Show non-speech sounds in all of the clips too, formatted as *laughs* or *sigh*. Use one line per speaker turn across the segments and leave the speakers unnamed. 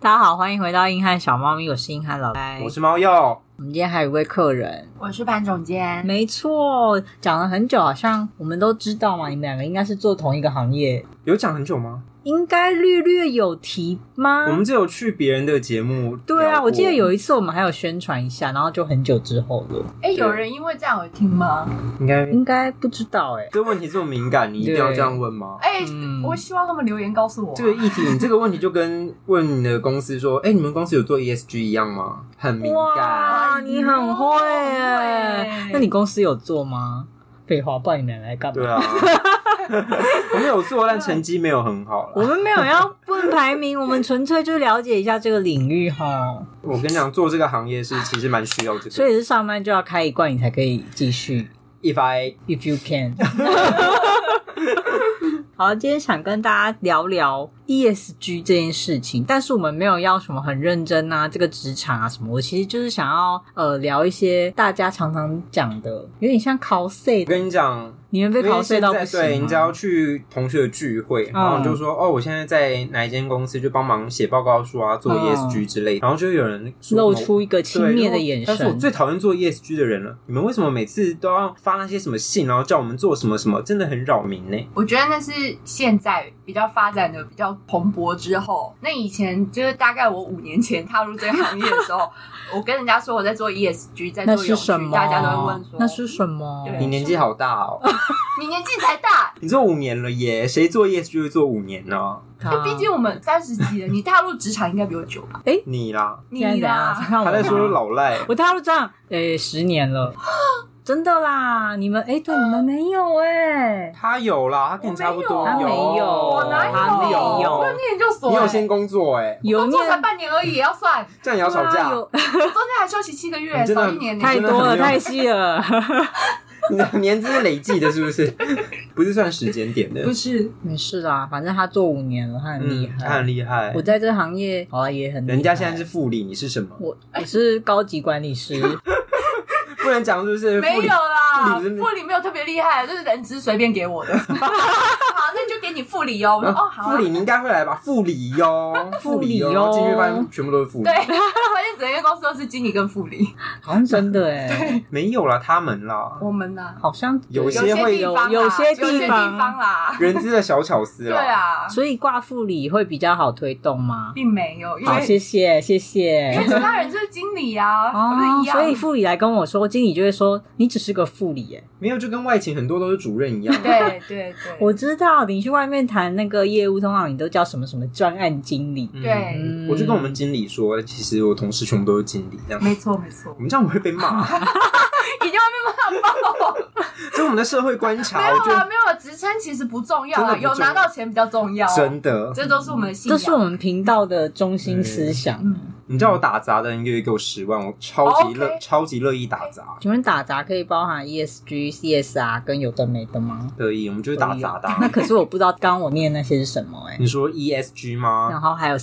大家好，欢迎回到硬汉小猫咪，我是硬汉老白。
我是猫药，
我们今天还有一位客人，
我是潘总监，
没错，讲了很久，好像我们都知道嘛，你们两个应该是做同一个行业，
有讲很久吗？
应该略略有提吗？
我们只有去别人的节目。
对啊，我记得有，一次我们还有宣传一下，然后就很久之后了，
哎，有人因为这样而听吗？
嗯
应该
应该不知道哎、
这问题这么敏感，你一定要这样问吗？
哎
嗯，
我希望他们留言告诉我。
这个议题，你这个问题就跟问你的公司说，哎、你们公司有做 ESG 一样吗？很敏感。
哇，你很会哎、
哎呦
那你公司有做吗？废话，不然你们两个来干嘛？ *laughs*
对啊，我们有做，但成绩没有很好
我
啦。
们没有要问排名，我们纯粹就了解一下这个领域哈。
我跟你讲，做这个行业是其实蛮需要这个。
所以是上班就要开一罐，你才可以继续。
if I
If you can 。好，今天想跟大家聊聊 ESG 这件事情，但是我们没有要什么很认真啊，这个职场啊什么，我其实就是想要呃聊一些大家常常讲的，有点像 cos
我跟你讲，
你们被
因为
cos
现在
到不行吗嗯
对，你只要去同学的聚会，然后你就说、哦，我现在在哪一间公司，就帮忙写报告书啊，做
嗯
ESG 之类的，然后就有人说
露
什么
出一个轻
对
蔑的眼
但是我
神，
最讨厌做 ESG 的人了。你们为什么每次都要发那些什么信，然后叫我们做什么什么？真的很扰民呢。
我觉得那是现在比较发展的比较蓬勃之后，那以前就是大概我五年前踏入这个行业的时
*laughs*
候，我跟人家说我在做 ESG，在
那
做
是
永
什
续，
么？
大家都会问说
那是什么？
对
你年纪好大哦，
*laughs*
你年纪才大，
你做五年了耶，谁做 E ESG 会做五年呢？
好
毕竟我们三十几了，你踏入职场应该比我久吧？
你啦，
你啊
现在怎样？
啦，
看我
他在
吗
说老赖，
啊我踏入这样，诶、十年了， *gasps* 真的啦！你们，诶、对，你们没有诶、
他有啦，他跟嗯你差不多，
他没有啊
我哪
他没有
我念研究所，
你有先
欸
工作哎，
有
工作才
念
半年而已，也要算。
这样也要吵
对啊
架，
有
我中间还休息七个月，
你真的
少一年呢。
太多了，
真的很没
太
有
细了。
你的 *laughs* 年资是累计的，是不
*laughs*
是？不是算时间点的
不，是，
*laughs* 没事啦，反正他做五年了，他很厉害。
嗯他很厉害
我。在这行业好像也很厉害。
人家现在是副理，你是什么？
我，我是高级管理
*laughs*
师，
不能讲是不是？
没
副理啊
有啦，
副理不是
副理没有特别厉害，啊就是人资随便给我
*laughs*
的。好，那就给你副理哦。我说哦，好、啊
副。理你应该会来吧？副理哟，
*laughs*
副理哟
哟，然后进去发现全部都是副理
对，，发现整间公司都是经理跟副理。
好像真的诶、
没有啦，他们啦，
我们呢？
好像
有
有
些会
地方啦，
有
有
有些地
地
方
方啊啦。
人资的小巧思
对
啦。，
啊，
所以挂副理会比较好推动吗？
并没有，因
好，
为
谢谢，
因
谢
为
*laughs* 谢。
其他人就是经理啊，不是
哦
一，样。
所以副理来跟我说，经理就会说你只是个副理耶、
没有就跟外勤很多都是主任一样。
对对对，
我知道你去外面谈那个业务，通常你都叫什么什么专案经理。
嗯
对
嗯
我就跟我们经理说，其实我同事全部都是经理这样。
没错没错
我，们这样我会
*laughs*
被骂，
一定要被骂爆。
*laughs* 这是我们的社会观察，
没
我
有
觉
啦，
得
没有啦，职称其实不重要
真的
啦，
不
有
重要
拿到钱比较重要。
真的。
这都是我们的信
这
仰。
是我们频道的中心思想。
嗯，
你知道我打杂的人一个月给我十万，我超级
哦
乐
，OK
超级乐意打杂。
请问打杂可以包含 E ESG、CSR 跟有的没的吗？
可以，我们就是打杂的啊。
那可是我不知道刚刚我念那些是什么哎、
你说 ESG 吗？
然后还有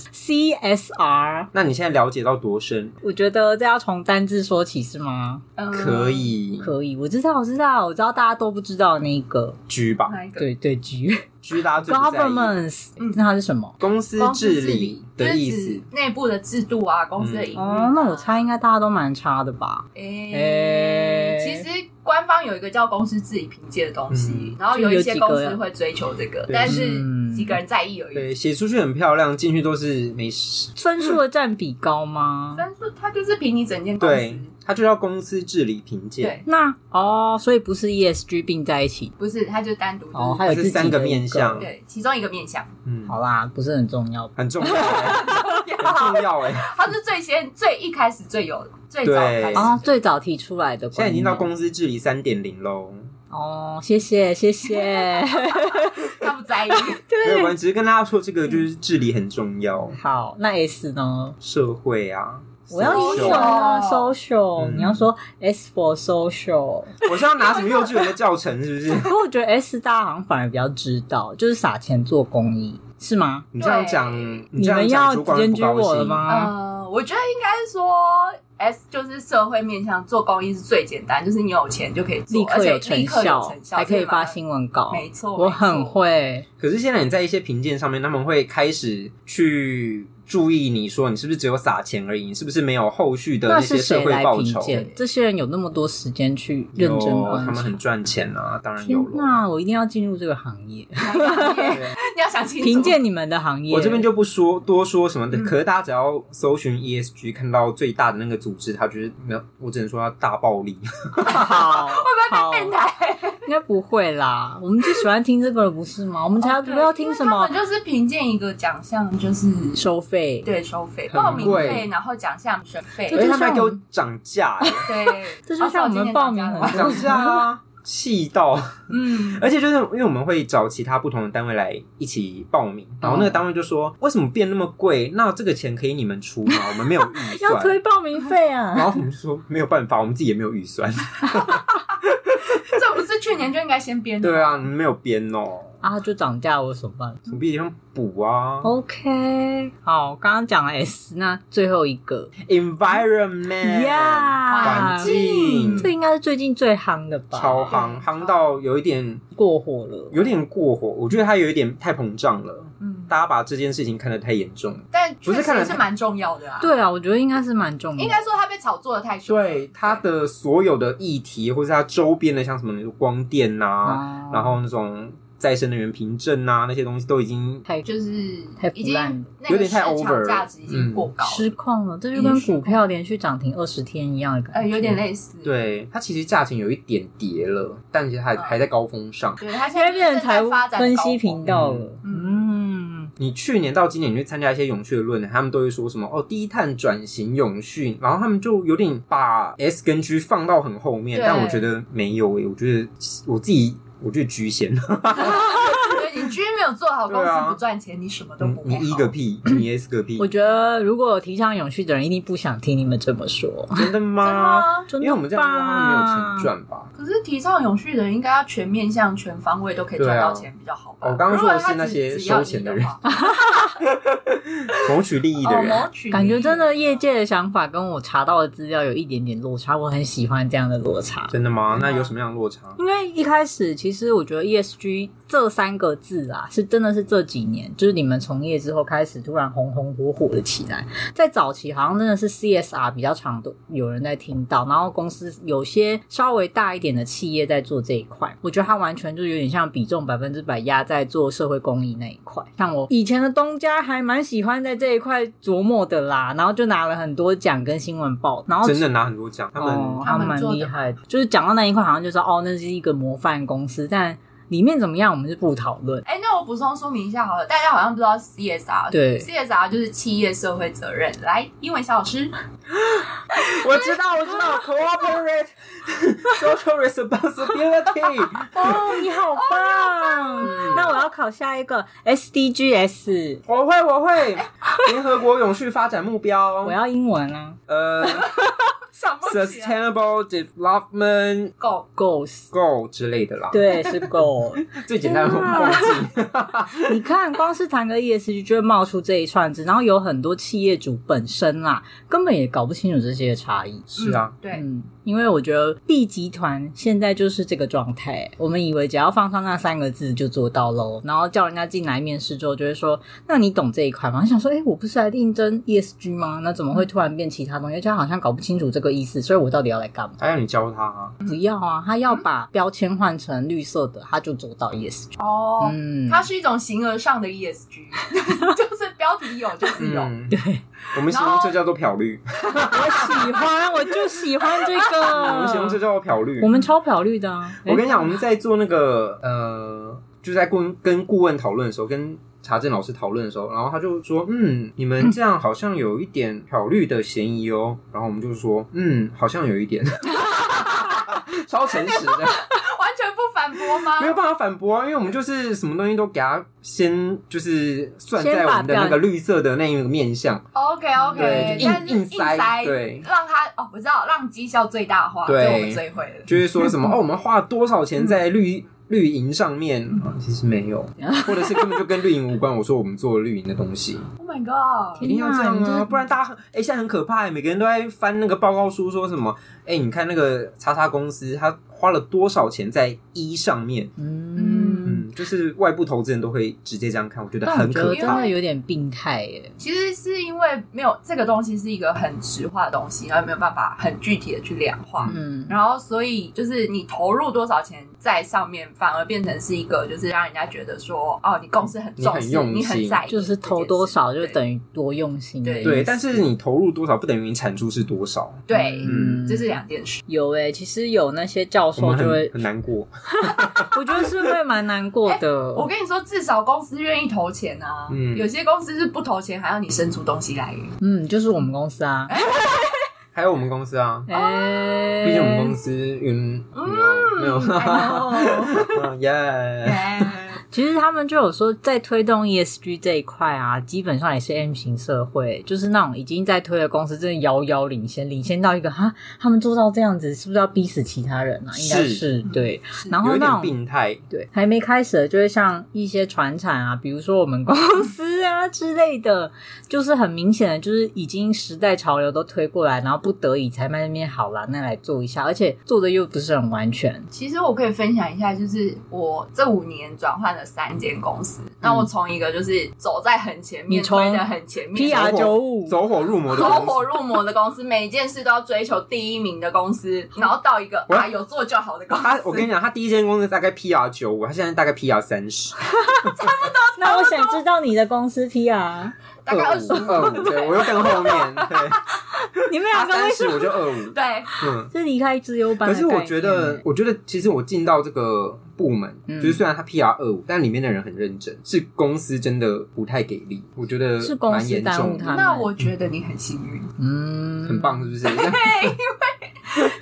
CSR，
那你现在了解到多深？
我觉得这要从单字说起是吗？
嗯
可。以
可以，我知道，我知道，我知道大家都不知道那个，
G 吧
哪一个？
对对，G
*laughs* ，G 大家最不在意。
governments，
嗯
那它是什么？
公司
公司
治理
就
的
是
意
指
思，
内部的制度啊，公司的营运啊。
哦，那我猜应该大家都蛮差的吧？
诶，
诶
其实官方有一个叫公司治理评鉴的东西
嗯，
然后有一些
就有
公
几个
司会追求这个，
对
但是
嗯
几个人在意而已。
对，写出去很漂亮，进去都是没事。
分数的占比高吗？
但是它就是凭你整间公
对
司，，
它就叫公司治理评鉴，
对，
那哦，所以不是 ESG 并在一起
不是它就单独
哦，
就是
还有自
是
己的
三
一个
个面向。
对其中一个面向，
嗯，
好啦，不是很重要。
很重要欸，很重要哎。
它是最先最一开始最有最早
对
开始
哦，最早提出来的观念，
现在已经到公司治理三点零喽，
哦，谢谢
*laughs*
谢谢，
他不在意。
没有关系，只是跟大家说这个就是治理很重要，
好，那 S 呢？
社会啊。
我要英
social
文啊，social，、
嗯
你要说 S for social，
我是要拿什么幼稚园的教程是
*laughs*
不是？
不过我觉得 S 大家好像反而比较知道，就是撒钱做公益，是吗？
你这样讲，你
你
这样
们要
讲，主管会
检
不
举我
高
了
兴。
吗？
呃，我觉得应该是说 S 就是社会面向做公益是最简单，就是你有钱就可以做，
立刻
嗯而
有
且
成
立刻有
效
成，效，
还可以
所马
发
上。
新闻稿，
没错，*laughs*
我
没错
很。会。
可是现在你在一些评鉴上面，他们会开始去注意你说你是不是只有撒钱而已，你是不是没有后续的
那
些
是
社
谁
会
来
报
评
酬？
鉴？这些人有那么多时间去认真
有，
观
他们
察
很。赚钱啊，当然
天
有了。
呐，我一定要进入这个行
*laughs*
业，
你要想清楚。
评鉴你们的行业。
我这
*laughs*
边就不说多说什么的，
嗯
可是大家只要搜寻 ESG，看到最大的那个组织，他就是没有，我只能说他大暴
哎
力。
好，好，
变态，
*laughs* 应该不会啦。我们就喜欢听这个了，不是啊吗？我们才不要听什么
哦因为他们就是评鉴一个奖项，就是
收费。
对收费、
很贵
报名费，然后奖项选费
这
而
就
且
像
哎他们还给我涨价、欸，
对，
这就像我们报名很
哦
*laughs*
多
涨价
*laughs*
啊，气到！
嗯，
而且就是因为我们会找其他不同的单位来一起报名，然后那个
嗯
单位就说：“为什么变那么贵？那这个钱可以你们出吗？我们没有预
*laughs* 要推
算。”
报名费啊！
然后我们就说没有办法，我们自己也没有预算。 *laughs*
这不是去年就应该先编的吗
对，啊，你们没有编哦，
啊，就涨价，我有什么
*laughs*
办法
从别的地方补啊。
哦？OK，好，刚刚讲了 S，那最后一个
Environment，
呀，
嗯环境
这应该是最近最夯的吧？
超夯，夯到有一点
过火了，
有点过火，我觉得它有一点太膨胀了，
嗯，
大家把这件事情看得太严重了。
但
不
确
是看了
实是蛮重要的啊。，
对啊，我觉得应该是蛮重要的，
应该说他被炒作的太凶。
对它的所有的议题，或是它周边的，像什么光电啊呐、
哦
然后那种再生能源凭证呐、那些东西都已经
太
就是
太腐
已经
烂了
那个
有点太
市
over
场价值已经过高了，
失控了，这就跟股票连续涨停二十天一样的感
呃，
觉，
有点。类似。
对它其实价钱有一点跌了，但其实还、
嗯
还在高峰上。
对，他现
现在
在正
变成财
在
务
发展
分
高
析
峰
频道了，嗯，
你去年到今年，你去参加一些永续的论坛，他们都会说什么哦，低碳转型永续，然后他们就有点把 S 跟 G 放到很后面，
对
但我觉得没有欸诶、我觉得我自己我觉得局 *laughs* 限，
对你居然没有做好，公
对啊
司不赚钱，你什么都不
你
会
一
好
个屁，你 S 个屁
我，觉得如果有提倡永续的人，一定不想听你们这么说，
真的
真的
吗？
吗？
真的
因为我们这样说，他们没有钱
吧。
赚吧？
可是提倡永续的人应该要全面向、全方位都可以赚到钱比较好吧？
对啊哦刚刚
如果
说的是
他
那
只
些
只要
收钱
一
的
的
人
话
谋取利益的
哦，
人，
谋取
感觉
利益
真的业界的想法跟我查到的资料有一点点落差，我很喜欢这样的落差。
真的吗？那有什么样的落差？
因为一开始其实我觉得 ESG 这三个字啊，是真的是这几年，就是你们从业之后开始突然红红火火的起来。在早期好像真的是 CSR 比较常都有人在听到，然后公司有些稍微大一点的企业在做这一块，我觉得它完全就有点像比重百分之百压在做社会公益那一块。像我以前的东家还蛮喜欢在这一块琢磨的啦，然后就拿了很多奖跟新闻报，然后
真的拿很多奖，他
哦
们，
还
他们
蛮
做
厉
的
害的。就是讲到那一块，好像就说哦，那是一个模范公司，但里面怎么样，我们就不讨论。
哎、那我补充说明一下好了，大家好像不知道 CSR，
对
，CSR 就是企业社会责任。来，英文小老
*laughs*
师，
我知道，我知
*laughs*
道，corporate *laughs* social responsibility， *laughs*
哦，你好棒！ *laughs* 那我要考下一个 SDGs，
我会，
*laughs*
我会，联合国永续发展目标
我，要英文啊 *laughs*
呃
上不起来
，sustainable development
，Go，
，Goals。
goal 之类的啦，
对， *laughs* 是 goal。
最简单的
天啊
忘记，
你看，光是谈个 ESG 就会冒出这一串字，然后有很多企业主本身啦，根本也搞不清楚这些差异。
是啊，
对，
嗯，因为我觉得 B 集团现在就是这个状态，我们以为只要放上那三个字就做到喽，然后叫人家进来面试之后就会说，那你懂这一块吗？我想说，哎、我不是来应征 ESG 吗？那怎么会突然变其他东西？而且他好像搞不清楚这个意思，所以我到底要来干嘛？
还要你教他啊，
不要啊，他要把标签换成绿色的，他就做到 ESG。
哦。
嗯，
它是一种形而上的 ESG，就是标题有就是有，
嗯，
对，
我们形容这叫做漂绿，
我喜欢，我就喜欢这
*laughs* 我们形容这
个。
叫做漂绿，
嗯我们超漂绿的啊！
我跟你讲，我们在做那个呃，就在跟跟顾问讨论的时候，跟查证老师讨论的时候，然后他就说，嗯，你们这样好像有一点漂绿的嫌疑哦。然后我们就说，嗯，好像有一点， *laughs* 超诚实的，
完全不反驳吗
没？有办法反驳啊，因为我们就是什么东西都给他先就是算
先
在我
把
们的那
表
个绿色的那一个面向，
OK
对
OK，
就硬
但是
硬
硬
塞
塞，
对
让他哦，我知道，让绩效最大化，
对
这我们最会了。
就会说什么哦，我们花了多少钱在绿。绿营上面、啊其实没有，或者是根本就跟绿营无关。我说我们做了绿营的东西，
Oh my god，
一定要这
天哪
样
你真
啊，
是
不然大家很哎、现在很可怕、每个人都在翻那个报告书，说什么哎、你 E 看那个叉叉公司，他花了多少钱在一上面？
嗯，
嗯，就是外部投资人都会直接这样看，我觉得
但我
很
觉
可
因
得
为
真
怕
的。有点病态耶。
其实是因为没有这个东西是一个很实化的东西，然后没有办法很具体的去量化。
嗯，
然后，所以就是你投入多少钱在上面，反而变成是一个，就是让人家觉得说，哦，你公司很重视，
你很用心
你很在意这件事，
就是投多少就
于
等于多用心的
对
意思。
对，但是你投入多少不等于你产出是多少，
对，
嗯
这是两件事。
有诶、其实有那些教
我
授
们
就
很
会，
很难过。
我觉得是会蛮难过 *laughs* 的。
我跟你说，至少公司愿意投钱啊。
嗯
有些公司是不投钱，还要你生出东西
*laughs*
来。
嗯，就是我们公司啊，
还有我们公司啊，
哎，
毕竟我们公司嗯
*laughs*
没有没
哎
*laughs*
I
有耶，
know
其实他们就有说，在推动 ESG 这一块啊，基本上也是 M 型社会，就是那种已经在推的公司，真的遥遥领先，领先到一个哈，他们做到这样子，是不是要逼死其他人啊？应该是对。然
有
后
一
那
点
种
病态。
对还没开始的，就会像一些传产啊，比 *laughs* 如说我们公司 *laughs* 啊之类的，就是很明显的，就是已经时代潮流都推过来，然后不得已才慢慢变好啦，那来做一下，而且做的又不是很完全。
其实我可以分享一下，就是我这五年转换了三间公司。那
嗯
我从一个就是走在很前面，
你从
推的很前面
PR 95
走火入魔的
走
公
火
司，
入魔的公司，每一件事都要追求第一名的公司，然后到一个
我
啊有做就好的公司。
他我跟你讲，他第一间公司大概 PR 九五，他现在大概 PR 三十，
*laughs* 那我想知道你的公司 PR，
大概二十
五二五，嗯对我又更后面，对，
*laughs* 你们
他
两个为
三
什
十我就二五，
对，
嗯。
是离开自由班
可
的
是我
概
觉
念
得
欸，
我觉得其实我进到这个部门，
嗯
就是虽然他 PR 二五，但里面的人很认真，是公司真的不太给力，我觉得
是公
蛮
司
严
耽误
重的，
他们。
那我觉得你很幸运，
嗯，
很。棒，
*laughs*
是不是？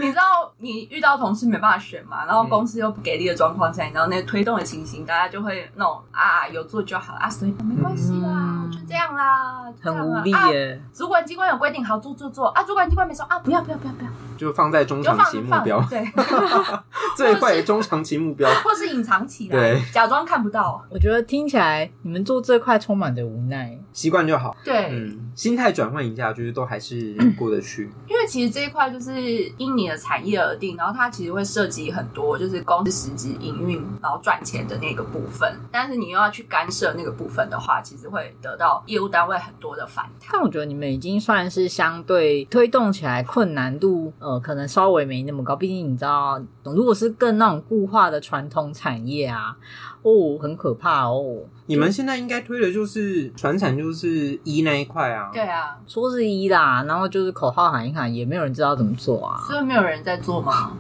你知道你遇到同事没办法选嘛，然后公司又不给力的状况下，你知道那个推动的情形，大家就会那种啊有做就好啊，所以没关系啦，
嗯
就这样啦，就这
很
样
无
啦
力
啊
耶，
主管机关有规定，好做做做啊！主管机关没说啊，不要不要不要不要，
就放在中
你就
长
放
期
你
目
放
标，
对， *laughs*
*laughs* 最坏的中长期
*laughs*
目标，
或是隐藏起来，
对，
假装看不到，
我觉得听起来你们做这块充满着无奈。
习惯就好。
对，
嗯，心态转换一下，就是都还是
嗯
过得去。
因为其实这一块就是因你的产业而定，然后它其实会涉及很多就是公司实际营运，然后赚钱的那个部分，但是你又要去干涉那个部分的话，其实会得到业务单位很多的反弹。
但我觉得你们已经算是相对推动起来困难度，呃，可能稍微没那么高。毕竟你知道，如果是更那种固化的传统产业啊，哦，很可怕哦。
你们现在应该推的就是传产，就是一那一块啊。
对，啊，
说是一啦，然后就是口号喊一喊，也没有人知道怎么做啊。 *laughs*
所以没有人在做吗？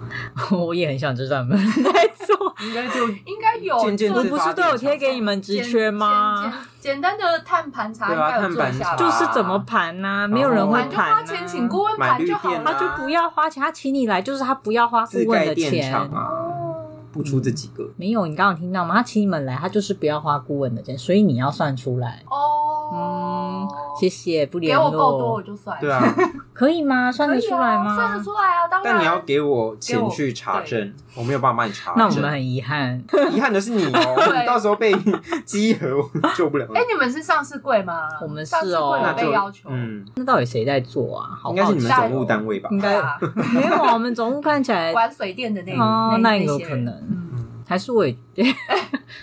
我也很想知道你们在
*laughs*
做，
应该就
应该有
渐渐
我
做
自
不是都有贴给你们职
简
缺吗？
简简简单的碳盘查
对
应
啊
该有做一
碳
下吧，
盘查
就是怎么盘呐、没有人会
盘啊就
盘、啊，
花钱请顾问啊盘就好了，
买
他
绿
就不要花钱，他请你来就是他不要花顾
自
问
盖
的嗯
电
钱。
厂啊，
哦
不出这几个。
没有，你刚刚有听到吗？他请你们来，他就是不要花顾问的钱，所以你要算出来。嗯
哦，，
谢谢，不
给
联
我够多我
络，
就算，
*laughs* 对啊，
可以吗？算
可以啊，
得出来吗？
算得出来啊，当然。
但你要给我钱去查
*laughs*
证，我没有办法帮你查证。
那我们很遗憾，
*laughs* 遗憾的是你哦，
*laughs* 对
你到时候被 *laughs* 稽核，我救不了
*laughs*
你。
哎，你们是上市柜吗？
我们是
上市柜
哦
那
有
就
被要求，
嗯，
那到底谁在做啊？好
应
好
该是你们
奇
总务单位吧？
应
对
该
啊，
*laughs* 没有啊。我们总务看起
*laughs*
来，
管水电的那
哦那
一
有
些
可
人
能
嗯
还是我也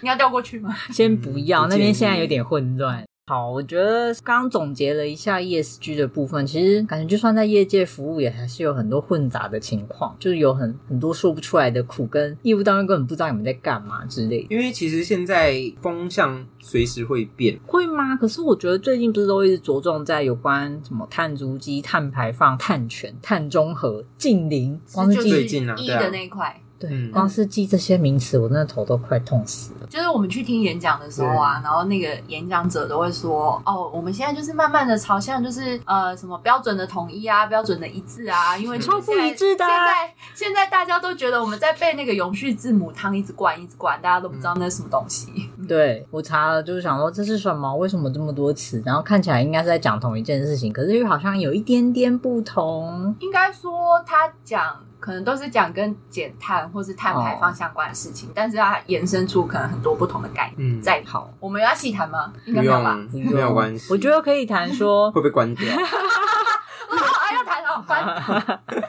你要调过去吗？
先不要，
嗯
那边现在
不建议
有点混乱。好，我觉得刚刚总结了一下 ESG 的部分，其实感觉就算在业界服务，也还是有很多混杂的情况，就是有很很多说不出来的苦，跟业务单位根本不知道你们在干嘛之类的。
因为其实现在风向随时会变，
会吗？可是我觉得最近不是都一直着重在有关什么碳足迹、碳排放、碳权、碳中和、近零，光是
就
记
最
是
近啊
一
对啊
的那一块，
对，
嗯
光是记这些名词，我真的头都快痛死了。
就是我们去听演讲的时候啊，然后那个演讲者都会说，哦，我们现在就是慢慢的朝向就是呃什么标准的统一啊，标准的一致啊，因为
超不一致的
现
啊
在现在大家都觉得我们在被那个永续字母汤一直灌一直灌，大家都不知
嗯
道那是什么东西。
对我查了，就是想说这是什么？为什么这么多词？然后看起来应该是在讲同一件事情，可是又好像有一点点不同。
应该说他讲。可能都是讲跟减碳或是碳排
哦
放相关的事情，但是它延伸出可能很多不同的概念
嗯，
在。
好，
我们要细谈吗？应
不
该没有吧？
用没有关
*laughs*
系，
我觉得可以谈说
会被关掉。
*laughs* 啊，要谈哦，关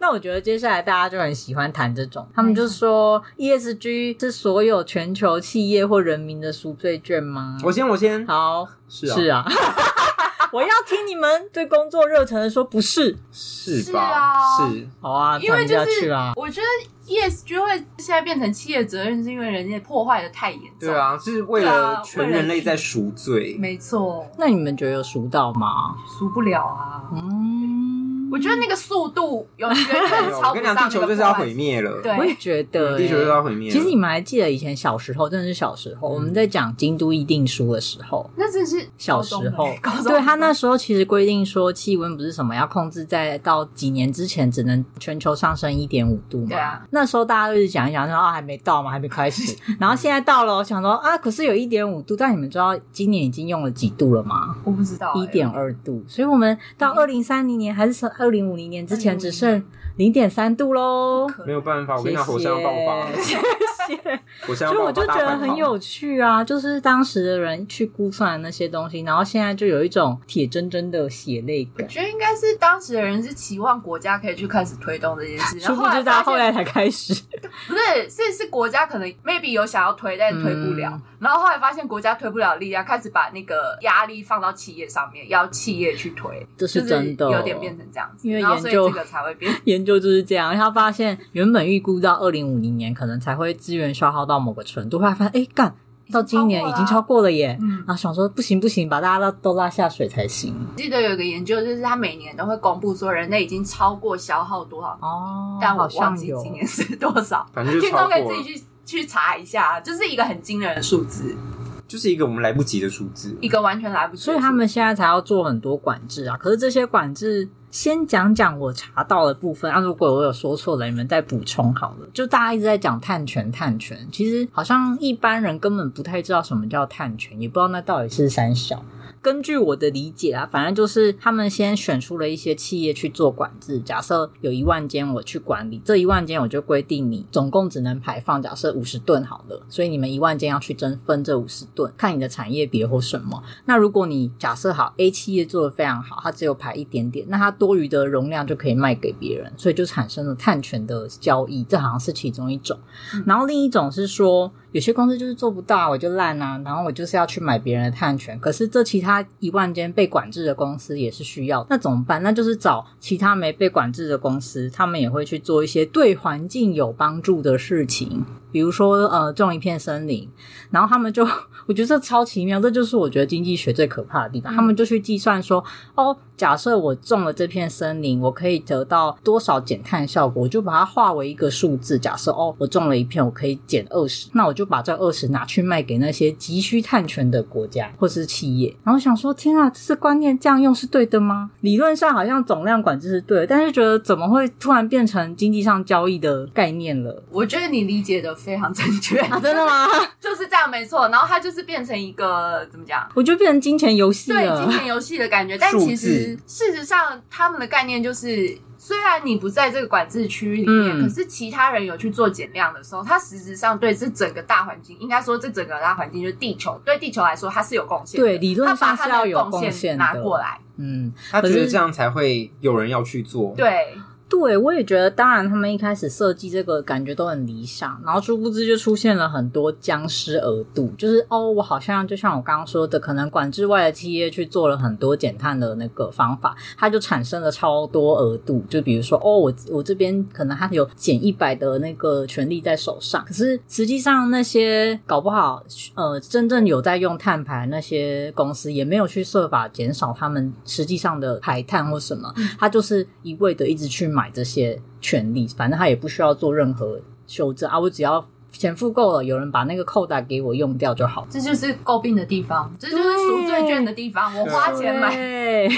那我觉得接下来大家就很喜欢谈这种，他们就说 ESG 是所有全球企业或人民的赎罪券吗？
我先，我先，
好，
是啊，
是啊。 *laughs* 我要听你们对工作热忱的说不是，
是
是
吧？
啊
是
好啊，
因为
传下
就
去
是
啊，
我觉得 ESG 会现在变成企业责任，是因为人家破坏的太严重。
对，啊，是为
对
了
啊
全人类在赎罪。
没错，
那你们觉得有赎到吗？
输不了啊。
嗯，
我觉得那个速度有远远
*laughs* 哎呦
超不
我跟你
上
讲，
那
地
个
球就是要
破坏
毁灭了，
对
我也觉得、
地球就是
欸
要毁灭了。
其实你们还记得以前小时候，真的是小时候，我们在讲京都议定书的时候，
那真是
小
高
时
中
候
欸高，中
对他那时候其实规定说，气温不是什么要控制在到几年之前只能全球上升一点五度嘛。
对啊，
那时候大家都一直讲一讲说啊还没到嘛，还没开始。然后现在到了，我想说啊，可是有一点五度，但你们知道今年已经用了几度了吗？
我不知道欸
一点二度，所以我们到二零三零年还是二零五零年之前只剩零点三度喽。
可
没有办法，我跟你讲，火
谢谢
山要爆发，
谢谢。
火山
*laughs*
要
所以
爆
我
发，
就觉
大
得
环
很
保
有趣啊，就是当时的人去估算那些东西，然后现在就有一种铁铮铮的血泪感
我。觉得应该是当时的人是期望国家可以去开始推动这件事，然
殊
后
不
后
知
来
道
发
后
现
来才开始，
不是是是国家可能 maybe 有想要推，但是推不了
嗯。
然后后来发现国家推不了力量，开始把那个压力放到企业上面，要企业去推，
这
就是
真的。
有点变成这样子。
因为
然后所以
研究
这个才会变。 *laughs*
研究就是这样，他发现原本预估到二零五零年可能才会资源消耗到某个程度，后来发现哎干，到今年已经超过了耶。啊
嗯，
然后想说不行不行，把大家都都拉下水才行
记得有一个研究，就是他每年都会公布说人类已经超过消耗多少，
哦
但我
好
忘
像
记
有
今年是多少。
反正
*laughs*
就
听
超
众
过
可以自，
了
己去去查一下，就是一个很惊人的数字，
就是一个我们来不及的数字。
一个完全来不及的数字。
所以他们现在才要做很多管制啊。可是这些管制，先讲讲我查到的部分啊。如果我有说错了，你们再补充好了。就大家一直在讲碳权，碳权，其实好像一般人根本不太知道什么叫碳权，也不知道那到底是三小。根据我的理解啊，反正就是他们先选出了一些企业去做管制。假设有一万间我去管理，这一万间我就规定你总共只能排放假设五十吨好了，所以你们一万间要去争分这五十吨，看你的产业别或什么。那如果你假设好 A 企业做的非常好，它只有排一点点，那它多余的容量就可以卖给别人，所以就产生了碳权的交易，这好像是其中一种。然后另一种是说，有些公司就是做不到啊，我就烂啊，然后我就是要去买别人的碳权。可是这其他一万间被管制的公司也是需要，那怎么办？那就是找其他没被管制的公司，他们也会去做一些对环境有帮助的事情，比如说呃种一片森林，然后他们就我觉得这超奇妙，这就是我觉得经济学最可怕的地方。
嗯
他们就去计算说，哦，假设我种了这片森林，我可以得到多少减碳效果，我就把它化为一个数字。假设哦，我种了一片，我可以减二十，那我就把这二十拿去卖给那些急需碳权的国家或是企业。然后想说，天啊，这观念这样用是对的吗？理论上好像总量管制是对的，但是觉得怎么会突然变成经济上交易的概念了？
我觉得你理解的非常正确，
*laughs* 啊，真的吗？
就是这样，没错。然后它就是变成一个怎么讲？
我就变成金钱游戏
对
了。
金钱游戏的感
*laughs*
觉，但
数字
其实事实上，他们的概念就是，虽然你不在这个管制区里面，
嗯
可是其他人有去做减量的时候，它实质上对这整个大环境，应该说这整个大环境就是地球，对地球来说它是有贡献的，
对理论
它把
上
它的
是要有贡
贡
献的
拿过来，
嗯，
他觉
可
得
是
这样才会有人要去做，，
对，
对，我也觉得，当然他们一开始设计这个感觉都很理想，然后殊不知就出现了很多僵尸额度，就是哦，我好像就像我刚刚说的，可能管制外的企业去做了很多减碳的那个方法，它就产生了超多额度，就比如说哦，我我这边可能它有减一百的那个权利在手上，可是实际上那些搞不好呃真正有在用碳排那些公司也没有去设法减少他们实际上的排碳或什么，他就是一味的一直去买这些权利，反正他也不需要做任何修正啊，我只要钱付够了，有人把那个扣打给我用掉就好。
这就是诟病的地方，这就是赎罪券的地方，我花钱买，
对，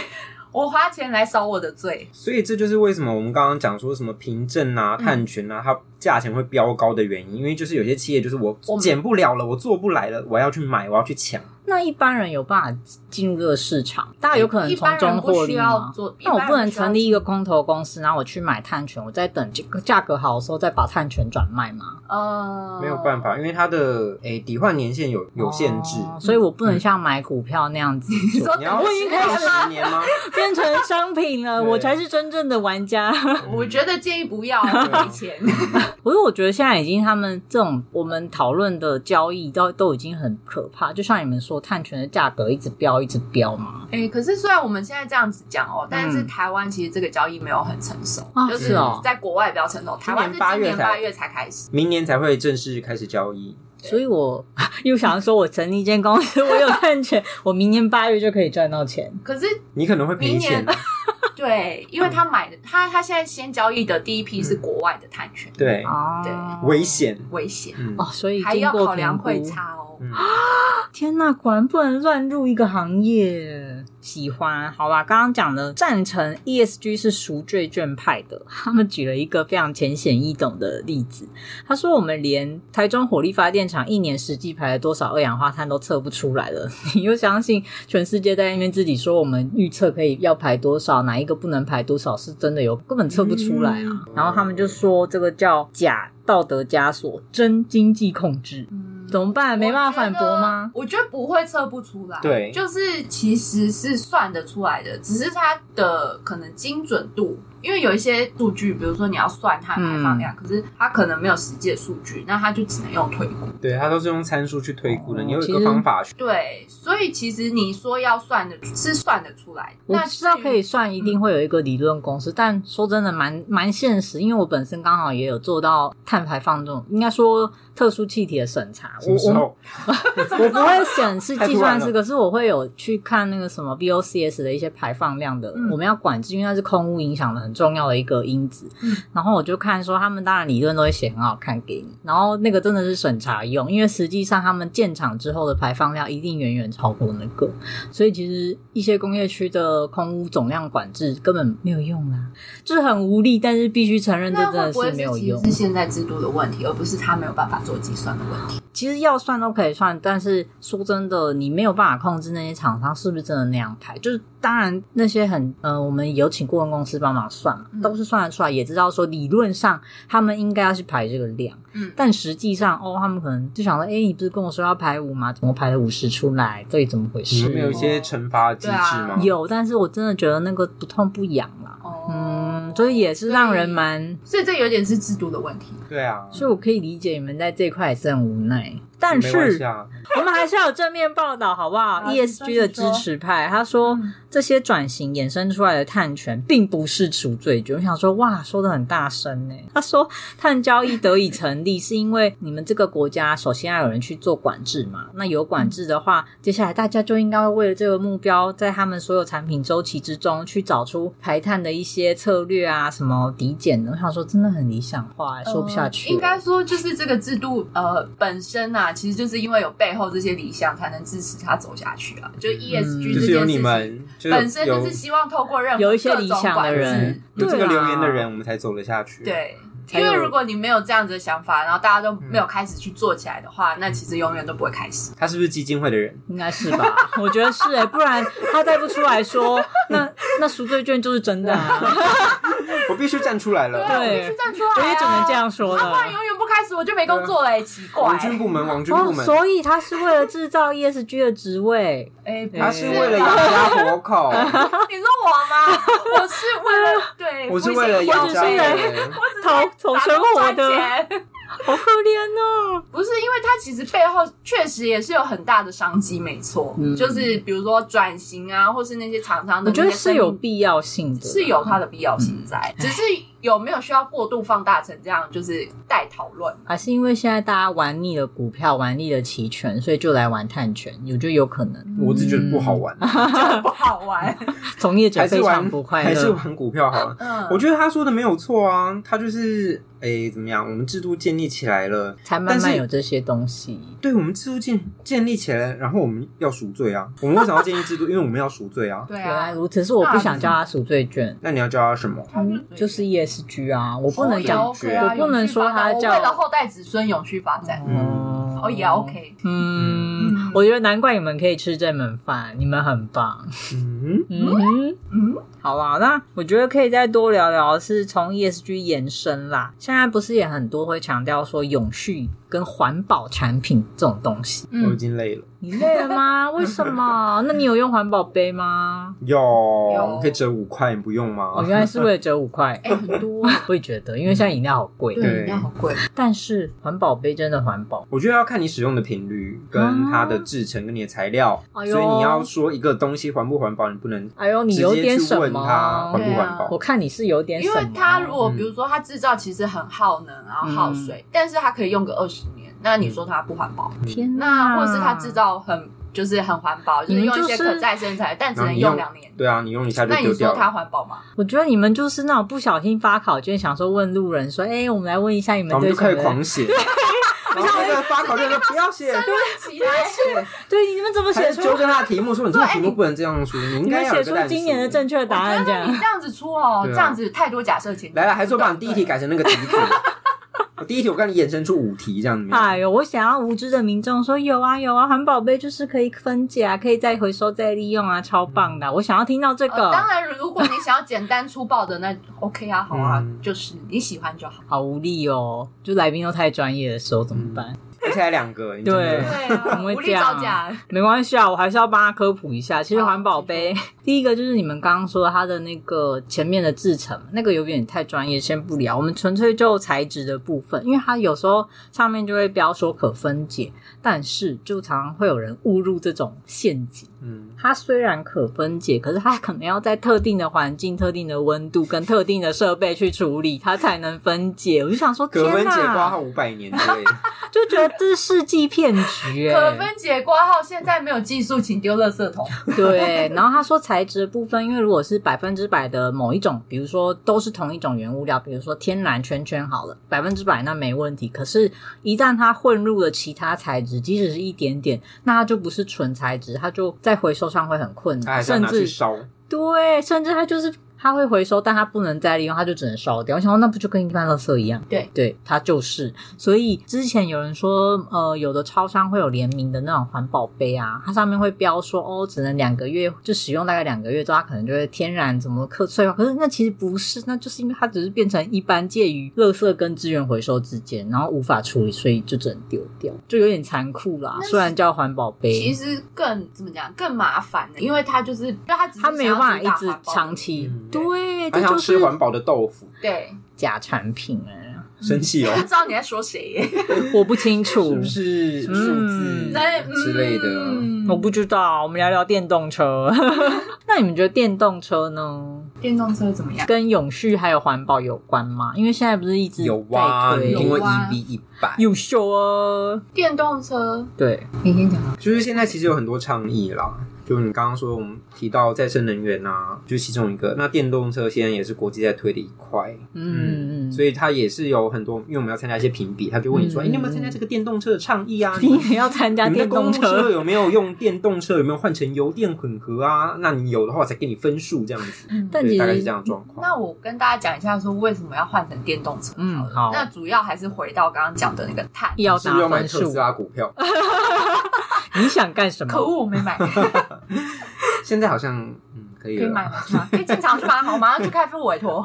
我花钱来扫我的罪，
所以这就是为什么我们刚刚讲说什么凭证啊、
嗯
探权啊，它价钱会飙高的原因，因为就是有些企业就是我
我们哦
减不了了，我做不来了，我要去买，我要去抢。
那一般人有办法进入这个市场，大家有可能
哎一般
从
人
中获
不需
利
要
吗？
做，一
那我
般人
不能
需要
成立一个空投公司，然后我去买碳权，我再等这个价格好的时候再把碳权转卖吗？
呃
没有办法，因为它的诶抵换年限有有限制。
哦所以我不能像买股票那样子、
*laughs* 你说
你要
我已经
开始
十年吗？
变成商品了，
*laughs* 对
我才是真正的玩家。
*laughs*
我
嗯
觉得建议不
*laughs*
要赔钱，
不是，我觉得现在已经他们这种我们讨论的交易都都已经很可怕，就像你们说碳权的价格一直飙一直飙嘛。
哎、可是虽然我们现在这样子讲哦，但是台湾其实这个交易没有很成熟，
嗯啊
就是
哦
在国外比较成熟，台湾是今
今
年
年八
八
月才
月才开始。
嗯明年才会正式开始交易。
所以我 *laughs* 又想说，我成立一间公司，我有碳权，我明年八月就可以赚到钱。
可
*laughs*
是
你可能会赔钱
明，对，因为他买的他他现在先交易的第一批
嗯
是国外的碳权，
对，
哦，
危险。
危险，
嗯
哦，所以
还
经
要
过
考量
评估
汇差哦。
嗯，
天呐，果然不能乱入一个行业。喜欢，好吧，刚刚讲的赞成 ESG 是赎罪券派的，他们举了一个非常浅显易懂的例子。他说，我们连台中火力发电厂一年实际排了多少二氧化碳都测不出来了， *laughs* 你又相信全世界在那边自己说我们预测可以要排多少，哪一个不能排多少，是真的有根本测不出来
嗯
嗯
啊。然后他们就说这个叫假道德枷锁，真经济控制，
嗯
怎么办？没办法反驳吗？
我觉得？我觉得不会测不出来，
对
就是其实是算得出来的，只是它的可能精准度，因为有一些数据，比如说你要算碳排放
嗯
量，可是它可能没有实际的数据，那它就只能用推估。
对，它都是用参数去推估的。
哦
你有一
其
个
实
方法去，
对，所以其实你说要算的，是算得出来的。
我
那
知道
至于
可以算，一定会有一个理论公式，但说真的蛮蛮现实，因为我本身刚好也有做到碳排放这种，应该说特殊气体的审查。
什
我
么时
我
候？
*laughs* 我不会显示计算
太突然
式，
了
可是我会有去看那个什么 VOCs 的一些排放量的，
嗯
我们要管制，因为它是空污影响的很重要的一个因子。
嗯
然后我就看说，他们当然理论都会写很好看给你，然后那个真的是审查用，因为实际上他们建厂之后的排放量一定远远超过那个。所以其实一些工业区的空污总量管制根本没有用啦，就是很无力，但是必须承认这
那
真
会
的
不会
是
是
没有
其
用
实是。现在制度的问题，而不是他没有办法做计算的问题？
其实要算都可以算，但是说真的，你没有办法控制那些厂商是不是真的那样排。就是当然那些很呃，我们有请顾问公司帮忙算嘛
嗯，
都是算得出来，也知道说理论上他们应该要去排这个量，
嗯
但实际上哦，他们可能就想说，哎，你不是跟我说要排五吗？怎么排了五十出来？这里怎么回
你
事？
们没有一些惩罚机制
啊
吗？
有，但是我真的觉得那个不痛不痒啦。
哦，
嗯，所以也是让人蛮，
所以这有点是制度的问题。
对啊，
所以我可以理解你们在这一块也是很无奈。但
没关系
是
啊，
我们还是要有正面报道，好不好
好
？ESG 的支持派他说，
嗯
这些转型衍生出来的碳权并不是赎罪券。我想说，哇，说的很大声呢。他说，碳交易得以成立，是因为你们这个国家首先要有人去做管制嘛。那有管制的话，接下来大家就应该会为了这个目标，在他们所有产品周期之中去找出排碳的一些策略啊，什么抵减的。我想说，真的很理想化，说不下去、
呃应该说，就是这个制度呃本身啊，其实就是因为有背后这些理想，才能支持它走下去啊。就 ESG
嗯
就
这
是有
件事
你
情。
们，就
本身
是
就
有
是希望透过任何
有一些
各种
理想
管
的
制
人，
有这
对
个
啊
留
啦
言的人，我们才走得下去。，
对，
才
因为
有嗯
如果你没有这样子的想法，然后大家都没有开始去做起来的话，那其实永远都不会开始。
他是不是基金会的人？
应该是吧？我觉得是哎、不然他再不出来说，那那赎罪券就是真的啊。
我必须站出来了。
对
我必须站出来、啊，
我也只能这样说
啊，不然
了。
永远不开始，我就没工作了、欸，奇怪、
王军部门，王军部
哦，
门，
所以他是为了制造 ESG 的职
*laughs*
位，
哎、
他
不
是
是
为了
吧
养家
*laughs*
活口，
你说我吗？我是为了
*laughs*
对，
我是为了
养
养
我只
家
是为了
活口。
讨讨生活
打工
的，
赚钱 *laughs*
好可怜哦。
不是因为它其实背后确实也是有很大的商机，没错，
嗯
就是比如说转型啊，或是那些厂商的
嗯
我
那些生
觉得
意，
是有嗯必要性的，
是有它的必要性在，只是有没有需要过度放大成这样，就是待讨论。
还是因为现在大家玩腻了股票，玩腻了期权，所以就来玩碳权，我觉得有可能嗯
我只觉得不好玩，
不好
*laughs*
玩。
从业者
还
嗯
是
非常
玩
不快
还是
乐。
玩股票好了。
嗯，
我觉得他说的没有错啊，他就是诶怎么样，我们制度建立起来了，
才慢
但
慢
是
有这些东西。
对我们制度建建立起来，然后我们要赎罪啊。我们为什么要建立制度？因为我们要赎罪啊。
对
原来
啊，
如此，是我不想叫他赎罪券，
那你要教他什么？
他
嗯就是 ESG 啊，我不能
也
讲。
OK 啊，
我不能说它
永续
叫
发展我为了后代子孙永续发展，
嗯
哦也 OK，
嗯，我觉得难怪你们可以吃这门饭，你们很棒。
嗯，
嗯哼。
嗯，
好啦，那我觉得可以再多聊聊，是从 ESG 延伸啦。现在不是也很多会强调说永续跟环保产品这种东西。
我已
嗯，
经累了。
你累了
*laughs*
吗？为什么？那你有用环保杯吗？
有，可以折五块，你不用吗？
哦，原来是为了折五块。 *laughs*
哎很多，
我也觉得，因为现在饮料好贵，
对，饮料好贵，
但是环保杯真的环保。
我觉得要看你使用的频率、跟它的制成、跟你的材料，
啊哎
所
呦
以你要说一个东西环不环保，你不能
哎呦，你
直
有
接
点
去
什
问它
么
环？不环
对啊
保
我。看你是有点什
因
么。
为它如果
嗯
比如说它制造其实很耗能，然后耗水，但是它可以用个二十年，那你说它不环
嗯
保？
天哪，
那或者是它制造很就是很环保，就
你
是
们
用一
就是
些可再生材，但只
然后
能
你用
用两年。
对啊，你用一下就
那你
丢
说
掉
它
了。
环保吗？
我觉得你们就是那种不小心发考卷，想说问路人说：“哎、我们来问一下你
然后
们
我们
对
就
什
开
么
始
的？”
狂写， *laughs* 然后那个发考卷说不
*laughs*
要写，
起来，
对，你们怎么
还
写
是
出？
纠正他的题目，说你这个题目不能这样出，你应
你
该
们
要有
写
一个
出
烂
今年的正
*laughs*
确答案，这
那你
样
这样子出哦，
对啊
这样子太多假设前提。
来了，还说把你第一题改成那个题
*laughs*
组。我第一题我看你衍生出五题这样子，
哎呦，我想要无知的民众说有啊有啊，环保杯就是可以分解啊，可以再回收再利用啊，超棒的！我想要听到这
呃
个，
当然，如果你想要简单粗暴的，那 OK
*laughs*
啊，好啊
嗯，
就是你喜欢就好。
好无力哦。就来宾都太专业的时候
嗯
怎么办？
而且还两个，你真
对
的
对
*laughs*
啊，
我会
无
这
力
样
造假，
没关系啊，我还是要帮他科普一下。其实
好
环保杯，第一个就是你们刚刚说的它的那个前面的制成，那个有点太专业，先不聊。我们纯粹就材质的部分，因为它有时候上面就会标说可分解，但是就常常会有人误入这种陷阱。
嗯，
它虽然可分解，可是它可能要在特定的环境、特定的温度跟特定的设备去处理，它才能分解。我就想说，天
葛温解挂
哪
号，五百年之类的，
就觉得这是世纪骗局、欸。
可分解挂号现在没有技术，请丢垃圾桶。
对，然后他说材质的部分，因为如果是百分之百的某一种，比如说都是同一种原物料，比如说天然圈圈好了，百分之百那没问题。可是，一旦它混入了其他材质，即使是一点点，那它就不是纯材质，它就在回收上会很困
他
难，
还是要
甚
哎拿去
至
烧，
对，甚至它就是。它会回收，但它不能再利用，它就只能烧掉。我想说，那不就跟一般垃圾一样？
对，
对，它就是。所以之前有人说，呃，有的超商会有联名的那种环保杯啊，它上面会标说，哦，只能两个月，就使用大概两个月之后，它可能就会天然怎么克脆化。可是那其实不是，那就是因为它只是变成一般介于垃圾跟资源回收之间，然后无法处理，所以就只能丢掉，就有点残酷啦。虽然叫环保杯，
其实更怎么讲更麻烦的，因为它就是，因为它只是
它没有办
想
法
要
一
主打
直
环保
长期
嗯，
对，
还
这
想
哎就
吃
是
环保的豆腐，
对， *laughs*
假产品哎、
生气哦
不，知道你在说谁耶，
我不清楚，
是不是数字
*laughs*
嗯
在
之类的？
哎嗯
我不知道。我们聊聊电动车。那你们觉得电动车呢，
电动车怎么样？
跟永续还有环保有关吗？因为现在不是一直
有啊，
在推
你听过
有啊
EV 一百？
有秀哦，
电动车，
对，
你先讲啊。
就是现在其实有很多倡议啦，就你刚刚说我们提到再生能源啊，就其中一个。那电动车现在也是国际在推的一块，
嗯嗯，
所以它也是有很多，因为我们要参加一些评比，他就问你说：“
嗯
哎、你有没有参加这个电动车的倡
*laughs*
议啊？”
你也要参加
你们的
电
公
动
路车
车，
有没有用电动车？有没有换成油电混合啊？那你有的话，我才给你分数这样子。
但
对，
其
大概是这
实
样的状况。
嗯那我跟大家讲一下，说为什么要换成电动车。
嗯好
那主要还是回到刚刚讲的那个碳。
要
是不是
打
要买啊
分
特
数
斯，拉股
*laughs*
票？
你想干什么？嗯
可恶，我没 *laughs* 买，可
现在好像嗯可以
以
啊
了
买吗？是吗可以正常去买好，马上去开付委
*laughs*
托。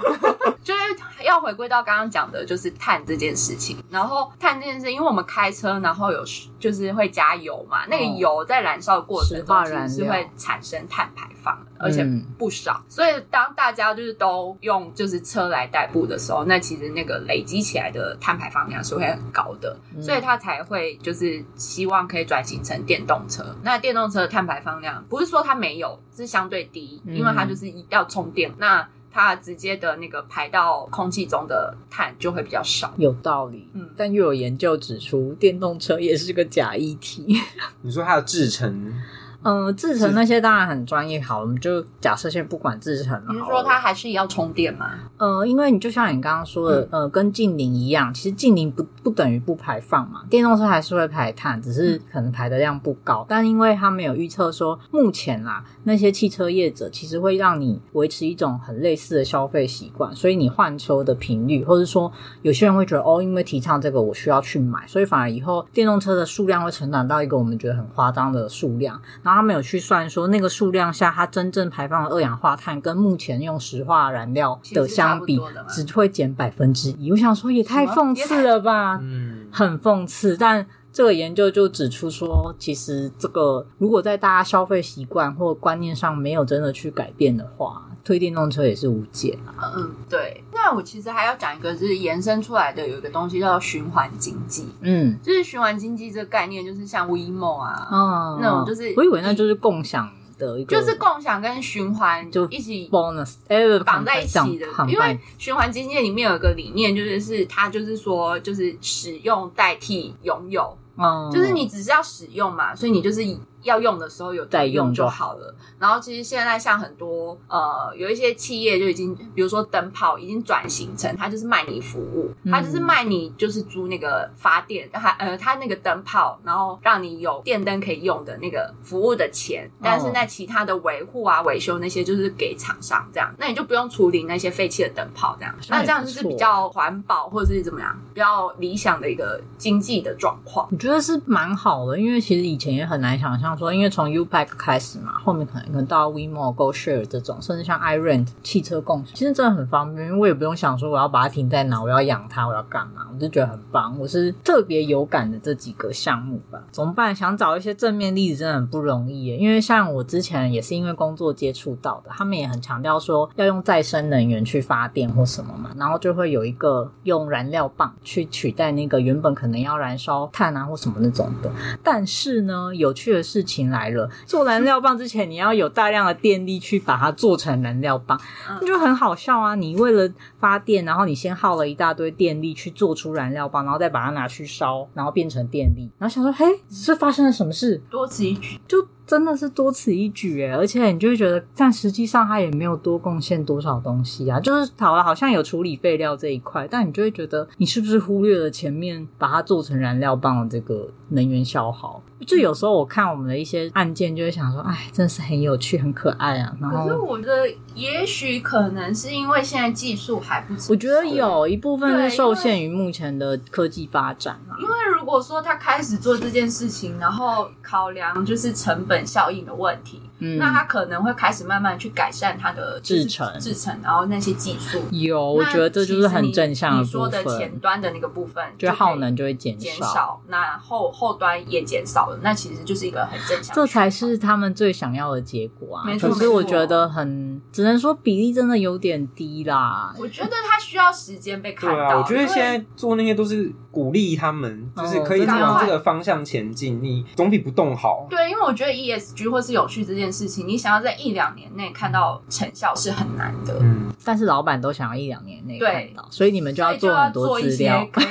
就是要回归到刚刚讲的，就是碳这件事情。然后碳这件事，因为我们开车，然后有就是会加油嘛，那个
哦
油在燃烧的过程
石化
中其
燃
实是
料
会产生碳排放的，而且
嗯
不少。所以当大家就是都用就是车来代步的时候，那其实那个累积起来的碳排放量是会很高的，
嗯
所以他才会就是希望可以转型成电动车。那电动车的碳排放量不是说它没有，是相对低，
嗯
因为它就是要充电，那它直接的那个排到空气中的碳就会比较少。
有道理。
嗯
但又有研究指出，电动车也是个假议题。
你说它的制成
*laughs* 嗯，制成那些当然很专业，好，我们就假设先不管制成了。
你是
好
说
了
它还是要充电吗？
呃，因为你就像你刚刚说的，呃，跟近邻一样，其实近邻不不等于不排放嘛，电动车还是会排碳，只是可能排的量不高。但因为他们有预测说，目前啦，那些汽车业者其实会让你维持一种很类似的消费习惯，所以你换车的频率，或者说有些人会觉得哦，因为提倡这个，我需要去买，所以反而以后电动车的数量会成长到一个我们觉得很夸张的数量。然后他们有去算说，那个数量下它真正排放的二氧化碳跟目前用石化燃料的相比
其实差不多的，嘛
只会减百分之一。我想说，也太
什么
讽刺了吧！
嗯，
很讽刺，但这个研究就指出说，其实这个如果在大家消费习惯或观念上没有真的去改变的话，推电动车也是无解啊。
嗯，对。那我其实还要讲一个，就是延伸出来的有一个东西叫循环经济，
嗯，
就是循环经济这个概念，就是像 WeMo 啊，
哦
那种就是
我以为那就是共享的一个，
就是共享跟循环
就
一起
bonus，哎，
绑在一起的
combine，，
因为循环经济里面有一个理念，就是是它就是说就是使用代替拥有，
哦
就是你只是要使用嘛，所以你就是要用的时候有
再用
就
就
好了。然后其实现在像很多呃有一些企业就已经，比如说灯泡已经转型成它就是卖你服务，
嗯
它就是卖你就是租那个发电，它呃它那个灯泡，然后让你有电灯可以用的那个服务的钱，但
哦
是那其他的维护啊维修那些就是给厂商这样，那你就不用处理那些废弃的灯泡这样，
像
那
也
这样
不
就是
错
比较环保或者是怎么样比较理想的一个经济的状况。
我觉得是蛮好的，因为其实以前也很难想象说，因为从 U Bike 开始嘛，后面可能可能到 WeMo、GoShare 这种，甚至像 iRent 汽车共享，其实真的很方便，因为我也不用想说我要把它停在哪，我要养它，我要干嘛，我就觉得很棒。我是特别有感的这几个项目吧。怎么办？想找一些正面例子真的很不容易耶，因为像我之前也是因为工作接触到的，他们也很强调说要用再生能源去发电或什么嘛，然后就会有一个用燃料棒去取代那个原本可能要燃烧碳啊或什么那种的。但是呢，有趣的事情来了，做燃料棒之前，你要有大量的电力去把它做成燃料棒，
嗯
那就很好笑啊！你为了发电，然后你先耗了一大堆电力去做出燃料棒，然后再把它拿去烧，然后变成电力，然后想说，嘿，是发生了什么事？
多此一举，
就真的是多此一举诶，而且你就会觉得，但实际上它也没有多贡献多少东西啊。就是好了，好像有处理废料这一块，但你就会觉得，你是不是忽略了前面把它做成燃料棒的这个能源消耗？就有时候我看我们的一些案件，就会想说，哎，真是很有趣，很可爱啊。然
可是
后
我觉得，也许可能是因为现在技术还不成熟
我觉得，有一部分
对因为
是受限于目前的科技发展啊。
因为如果说他开始做这件事情，然后考量就是成本效应的问题，
嗯，
那他可能会开始慢慢去改善它的
制程
制程，然后那些技术。
有，我觉得这就是
那
很
其实
正
你
向
你说
部
的前
分，
端的那个部分
就
可以
耗能就会减
减少，那后后端也减少了，那其实就是一个很正向的循环。
这才是他们最想要的结果啊！
没
错
可是我觉得很，只能说比例真的有点低啦。
我觉得它需要时间被看
对
到。
啊，我觉得
因为
现在做那些都是鼓励他们，
哦
就是可以
真的
往这个方向前进，你总比不动好。
对，因为我觉得 ESG 或是有趣这件事情，你想要在一两年内看到成效是很难的，
嗯，
但是老板都想要一两年内
对
看到，所以你们就
所
要
以就要
很
做
多
一
资
些
料。
可以